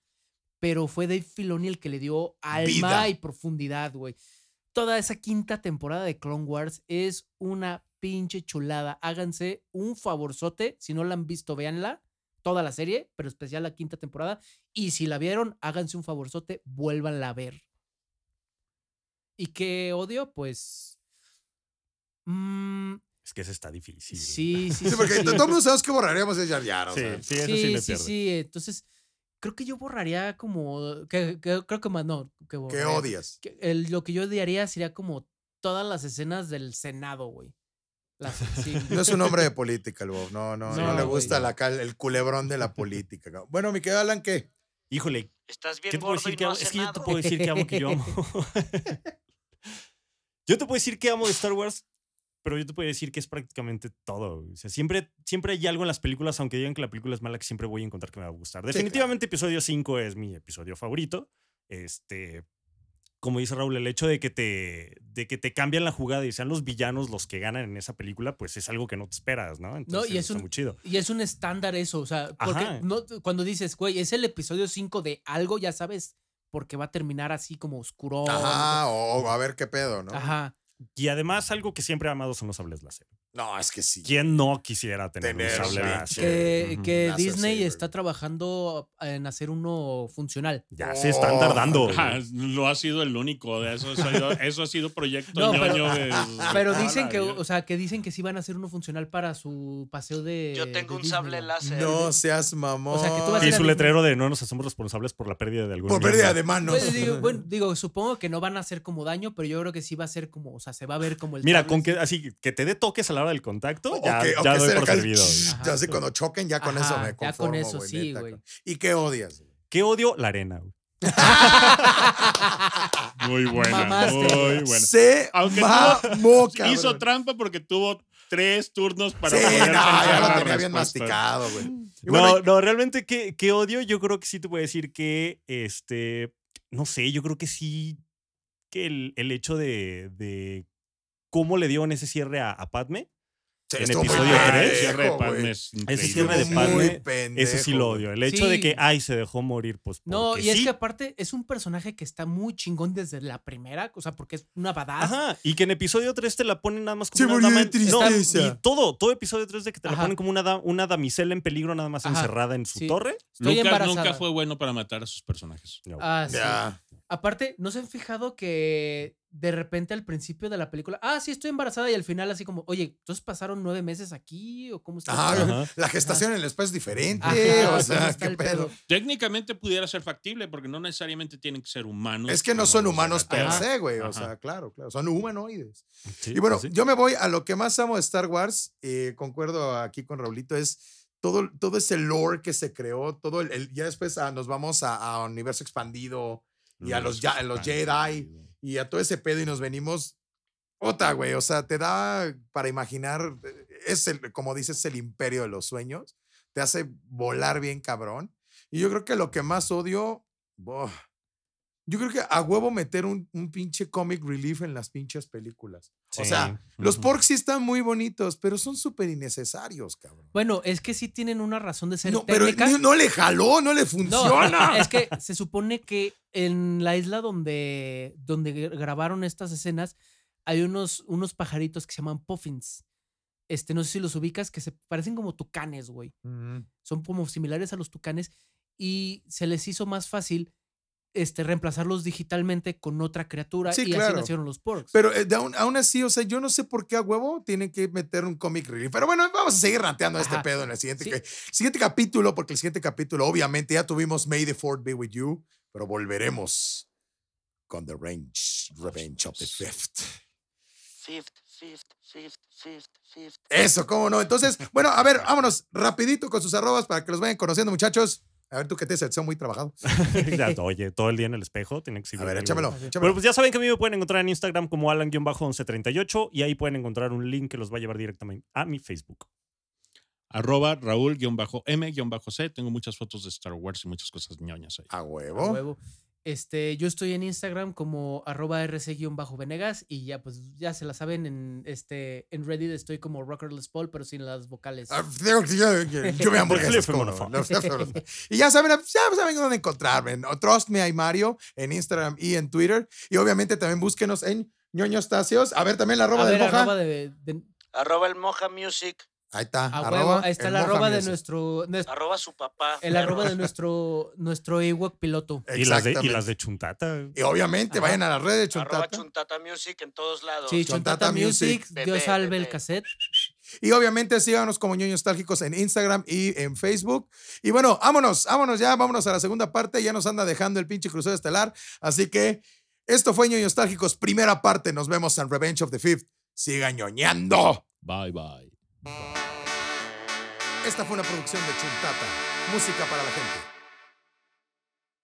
Speaker 3: pero fue Dave Filoni el que le dio alma
Speaker 1: Vida.
Speaker 3: y profundidad, güey. Toda esa quinta temporada de Clone Wars es una pinche chulada. Háganse un favorzote, si no la han visto, véanla, toda la serie, pero especial la quinta temporada. Y si la vieron, háganse un favorzote, vuélvanla a ver. ¿Y qué odio? Pues... mm,
Speaker 2: Es que ese está difícil.
Speaker 3: sí, sí, sí.
Speaker 1: Sí, porque
Speaker 3: sí.
Speaker 1: todos sabemos que borraríamos es Jar Jar, o
Speaker 2: Sí,
Speaker 1: sea.
Speaker 2: sí, ese sí,
Speaker 3: Sí,
Speaker 2: le
Speaker 3: sí,
Speaker 2: pierde.
Speaker 3: sí. Entonces, creo que yo borraría como. que- que- creo que más. No, que
Speaker 1: ¿Qué
Speaker 3: borraría.
Speaker 1: odias?
Speaker 3: Que el- lo que yo odiaría sería como todas las escenas del Senado, güey. Las, sí.
Speaker 1: No es un hombre de política, el Bob. No, no, no,
Speaker 3: No,
Speaker 1: le
Speaker 3: güey.
Speaker 1: gusta la cal- el culebrón de la política. cabrón. Bueno, mi querido Alan, ¿qué?
Speaker 2: Híjole,
Speaker 5: Estás
Speaker 2: ¿Qué
Speaker 5: bien
Speaker 2: te puedo
Speaker 5: gordo
Speaker 2: decir
Speaker 5: y
Speaker 2: que
Speaker 5: no
Speaker 2: amo?
Speaker 5: haces
Speaker 2: Es que yo te
Speaker 5: nada.
Speaker 2: puedo decir que amo que yo amo. yo te puedo decir que amo de Star Wars, pero yo te puedo decir que es prácticamente todo. güey. O sea, siempre, siempre hay algo en las películas, aunque digan que la película es mala, que siempre voy a encontrar que me va a gustar.
Speaker 1: claro.
Speaker 2: Definitivamente episodio 5 es mi episodio favorito. Este, como dice Raúl, el hecho de que te, de que te cambian la jugada y sean los villanos los que ganan en esa película, pues es algo que no te esperas, ¿no? Entonces,
Speaker 3: y es
Speaker 2: está
Speaker 3: un-
Speaker 2: muy chido.
Speaker 3: Y es un estándar eso, o sea,
Speaker 2: Ajá.
Speaker 3: porque no, cuando dices, güey, es el episodio 5 de algo, ya sabes, porque va a terminar así como oscuro.
Speaker 1: Ajá, o, o a ver qué pedo, ¿no?
Speaker 3: Ajá.
Speaker 2: Y además, algo que siempre he amado son los sables láser.
Speaker 1: No, es que sí.
Speaker 2: ¿Quién no quisiera tener,
Speaker 1: Tener,
Speaker 2: un sable
Speaker 1: sí.
Speaker 2: láser?
Speaker 3: Que,
Speaker 2: Ujú.
Speaker 3: que
Speaker 1: Láser, sí,
Speaker 3: Disney
Speaker 1: güey.
Speaker 3: está trabajando en hacer uno funcional.
Speaker 2: Ya se están
Speaker 1: Oh.
Speaker 2: tardando.
Speaker 4: Ajá,
Speaker 2: güey.
Speaker 4: no ha sido el único. De eso, ha sido, eso ha sido proyecto
Speaker 3: No, pero-
Speaker 4: ñoño de-
Speaker 3: Pero
Speaker 4: toda
Speaker 3: dicen
Speaker 4: la
Speaker 3: que,
Speaker 4: vida.
Speaker 3: o sea, que dicen que sí van a hacer uno funcional para su paseo de.
Speaker 5: Yo
Speaker 3: de
Speaker 5: tengo
Speaker 3: Disney,
Speaker 5: un
Speaker 3: Pues,
Speaker 5: sable
Speaker 3: güey.
Speaker 5: láser.
Speaker 1: No seas mamón.
Speaker 3: O sea, que tú vas a
Speaker 2: Y
Speaker 3: ir
Speaker 2: su
Speaker 3: Disney.
Speaker 2: letrero de no nos hacemos responsables por la pérdida de algún
Speaker 1: Por pérdida de manos.
Speaker 3: Pues, digo, bueno, digo, supongo que no van a hacer como daño, pero yo creo que sí va a ser como, o sea, se va a ver como el.
Speaker 2: Mira,
Speaker 3: sable
Speaker 2: con
Speaker 3: así.
Speaker 2: que así que te dé toques a la hora del contacto,
Speaker 1: O
Speaker 2: ya,
Speaker 1: que- o
Speaker 2: ya
Speaker 1: que
Speaker 2: doy
Speaker 1: se le
Speaker 2: por
Speaker 1: caiga-
Speaker 2: servido. güey.
Speaker 1: Ya así cuando choquen, ya con eso
Speaker 3: Ajá,
Speaker 1: me
Speaker 3: ya con
Speaker 1: conformo.
Speaker 3: eso sí,
Speaker 1: neta,
Speaker 3: güey.
Speaker 1: ¿Y qué odias?
Speaker 2: ¿Qué odio? La arena. güey.
Speaker 4: Muy buena.
Speaker 3: Mamaste.
Speaker 4: Muy buena.
Speaker 1: Se
Speaker 4: Aunque no-
Speaker 1: mamó, cabrón.
Speaker 4: Hizo trampa porque tuvo tres turnos para
Speaker 1: Sí, no,
Speaker 4: poder
Speaker 1: ya
Speaker 4: pensar
Speaker 1: lo tenía
Speaker 4: la
Speaker 1: bien
Speaker 4: respuesta.
Speaker 1: masticado, güey. Y
Speaker 2: No,
Speaker 1: bueno,
Speaker 2: no, realmente, ¿qué, qué odio? Yo creo que sí te puedo decir que, este, no sé, yo creo que sí, que el, el hecho de, de cómo le dieron ese cierre a, a Padme,
Speaker 1: sí,
Speaker 2: en
Speaker 1: estuvo muy
Speaker 2: episodio
Speaker 1: pendejo,
Speaker 2: tres,
Speaker 4: El cierre de Padme
Speaker 1: güey.
Speaker 4: es
Speaker 2: Ese
Speaker 4: increíble.
Speaker 2: cierre de ¿eh?
Speaker 1: Estuvo
Speaker 2: Padme,
Speaker 1: muy
Speaker 2: eso eso sí
Speaker 1: pendejo,
Speaker 2: lo odio. El hecho de
Speaker 3: Sí.
Speaker 2: que, ay, se dejó morir, pues
Speaker 3: No,
Speaker 2: porque
Speaker 3: y es
Speaker 2: sí.
Speaker 3: que aparte es un personaje que está muy chingón desde la primera, o sea, porque es una badass.
Speaker 2: Ajá, y que en episodio 3 te la ponen nada más como
Speaker 1: Se
Speaker 2: una
Speaker 1: murió
Speaker 2: dama
Speaker 1: de
Speaker 2: en-
Speaker 1: tristeza.
Speaker 2: No, y todo, todo episodio 3 de que te la
Speaker 3: Ajá.
Speaker 2: ponen como una, da- una damisela en peligro nada más
Speaker 3: Ajá,
Speaker 2: encerrada en su
Speaker 3: sí.
Speaker 2: torre.
Speaker 3: Estoy
Speaker 4: Lucas
Speaker 3: embarazada.
Speaker 4: nunca fue bueno para matar a sus personajes.
Speaker 2: No.
Speaker 3: Ah, sí.
Speaker 1: Ya.
Speaker 3: Aparte, ¿no se han fijado que de repente al principio de la película, ah, sí, estoy embarazada y al final así como, oye, entonces pasaron nueve meses aquí o cómo está? el
Speaker 1: Ajá,
Speaker 3: pedo?"
Speaker 2: Ajá.
Speaker 1: La gestación en el espacio es diferente.
Speaker 3: Ajá,
Speaker 1: o
Speaker 3: ¿cómo
Speaker 1: sea,
Speaker 3: está
Speaker 1: qué
Speaker 3: el
Speaker 1: pedo.
Speaker 4: Técnicamente pudiera ser factible porque no necesariamente tienen que ser humanos.
Speaker 1: Es que no son humanos
Speaker 4: de la
Speaker 1: per
Speaker 3: Ajá.
Speaker 1: se, güey. O
Speaker 4: Ajá.
Speaker 1: sea, claro, claro. Son humanoides.
Speaker 2: Sí,
Speaker 1: Y bueno,
Speaker 2: sí.
Speaker 1: yo me voy a lo que más amo de Star Wars, eh, concuerdo aquí con Raulito, es todo, todo ese lore que se creó, todo el, el- ya después ah, nos vamos a, a universo expandido y a los, ya- a los Jedi y a todo ese pedo y nos venimos, ota, güey, o sea, te da para imaginar, eh, es el, como dices, el imperio de los sueños, te hace volar bien cabrón. Y yo creo que lo que más odio, boh, yo creo que a huevo meter un, un pinche comic relief en las pinches películas. O
Speaker 2: Sí.
Speaker 1: sea, los
Speaker 2: Ujú.
Speaker 1: porcs sí están muy bonitos, pero son súper innecesarios, cabrón.
Speaker 3: Bueno, es que sí tienen una razón de ser
Speaker 1: No, pero
Speaker 3: técnica.
Speaker 1: no, no le jaló, no le funciona.
Speaker 3: es que se supone que en la isla donde, donde gr- grabaron estas escenas hay unos, unos pajaritos que se llaman puffins. Este, no sé si los ubicas, que se parecen como tucanes, güey.
Speaker 1: Mm.
Speaker 3: son como similares a los tucanes y se les hizo más fácil este, reemplazarlos digitalmente con otra criatura
Speaker 1: Sí,
Speaker 3: y
Speaker 1: claro.
Speaker 3: así nacieron los porks.
Speaker 1: Pero eh, de aún, aún así, o sea, yo no sé por qué a huevo tienen que meter un comic relief. Pero bueno, vamos a seguir ranteando este
Speaker 3: Ajá.
Speaker 1: pedo en el siguiente,
Speaker 3: Sí.
Speaker 1: que- siguiente capítulo, porque el siguiente capítulo, obviamente, ya tuvimos May the Fourth Be With You, pero volveremos con The Range, Revenge of the Fifth.
Speaker 5: Fifth, fifth, fifth, fifth, fifth.
Speaker 1: Eso, cómo no. Entonces, bueno, a ver, vámonos rapidito con sus arrobas para que los vayan conociendo, muchachos. A ver, tú que te has muy trabajado.
Speaker 2: Ya, oye, todo el día en el espejo tiene que
Speaker 1: A
Speaker 2: seguir
Speaker 1: ver,
Speaker 2: algo.
Speaker 1: échamelo,
Speaker 3: Bueno,
Speaker 1: échamelo.
Speaker 2: Bueno, pues ya saben que a mí me pueden encontrar en Instagram como Alan-1138 y ahí pueden encontrar un link que los va a llevar directamente a mi Facebook.
Speaker 4: Arroba Raúl-M-C. Tengo muchas fotos de Star Wars y muchas cosas ñoñas ahí.
Speaker 1: A
Speaker 3: A
Speaker 1: huevo.
Speaker 3: huevo. Este, yo estoy en Instagram como arroba rc-venegas y ya pues ya se la saben en este en Reddit estoy como Rockerless Paul pero sin las vocales.
Speaker 1: Ah, tengo que- Yo yo me hamburguesas.
Speaker 2: Flip,
Speaker 1: ¿cómo no? y ya saben, ya saben dónde encontrarme. en Trust me, hay Mario en Instagram y en Twitter. Y obviamente también búsquenos en ñoños tacios. A ver, también la arroba
Speaker 3: a
Speaker 1: de
Speaker 3: ver,
Speaker 1: Moja.
Speaker 3: arroba de, de-
Speaker 5: Arroba el Moja Music.
Speaker 1: Ahí está.
Speaker 3: a
Speaker 1: arroba
Speaker 3: Ah, huevo, ahí está
Speaker 1: el
Speaker 3: la
Speaker 1: Moja
Speaker 3: arroba de
Speaker 1: Music.
Speaker 3: nuestro, nuestro-
Speaker 5: Arroba su papá.
Speaker 3: el arroba de nuestro nuestro Ewok piloto.
Speaker 2: Y las, de, y
Speaker 1: Exactamente.
Speaker 2: las de Chuntata.
Speaker 1: Y obviamente
Speaker 3: Ajá.
Speaker 1: vayan a las redes de
Speaker 5: Arroba
Speaker 1: Chontata.
Speaker 5: Chuntata Music en todos lados.
Speaker 3: Sí,
Speaker 1: Chontata
Speaker 3: Chontata Music,
Speaker 1: Music.
Speaker 3: Dios
Speaker 5: Bebé,
Speaker 3: salve el
Speaker 5: bebé.
Speaker 3: cassette.
Speaker 1: Y obviamente síganos como ñoños nostálgicos en Instagram y en Facebook. Y bueno, vámonos, vámonos ya, vámonos a la segunda parte. Ya nos anda dejando el pinche crucero estelar. Así que esto fue ñoños nostálgicos, primera parte. Nos vemos en Revenge of the Fifth. Sigan ñoñando.
Speaker 4: Bye, bye.
Speaker 1: Esta fue una producción de Chuntata. Música para la gente.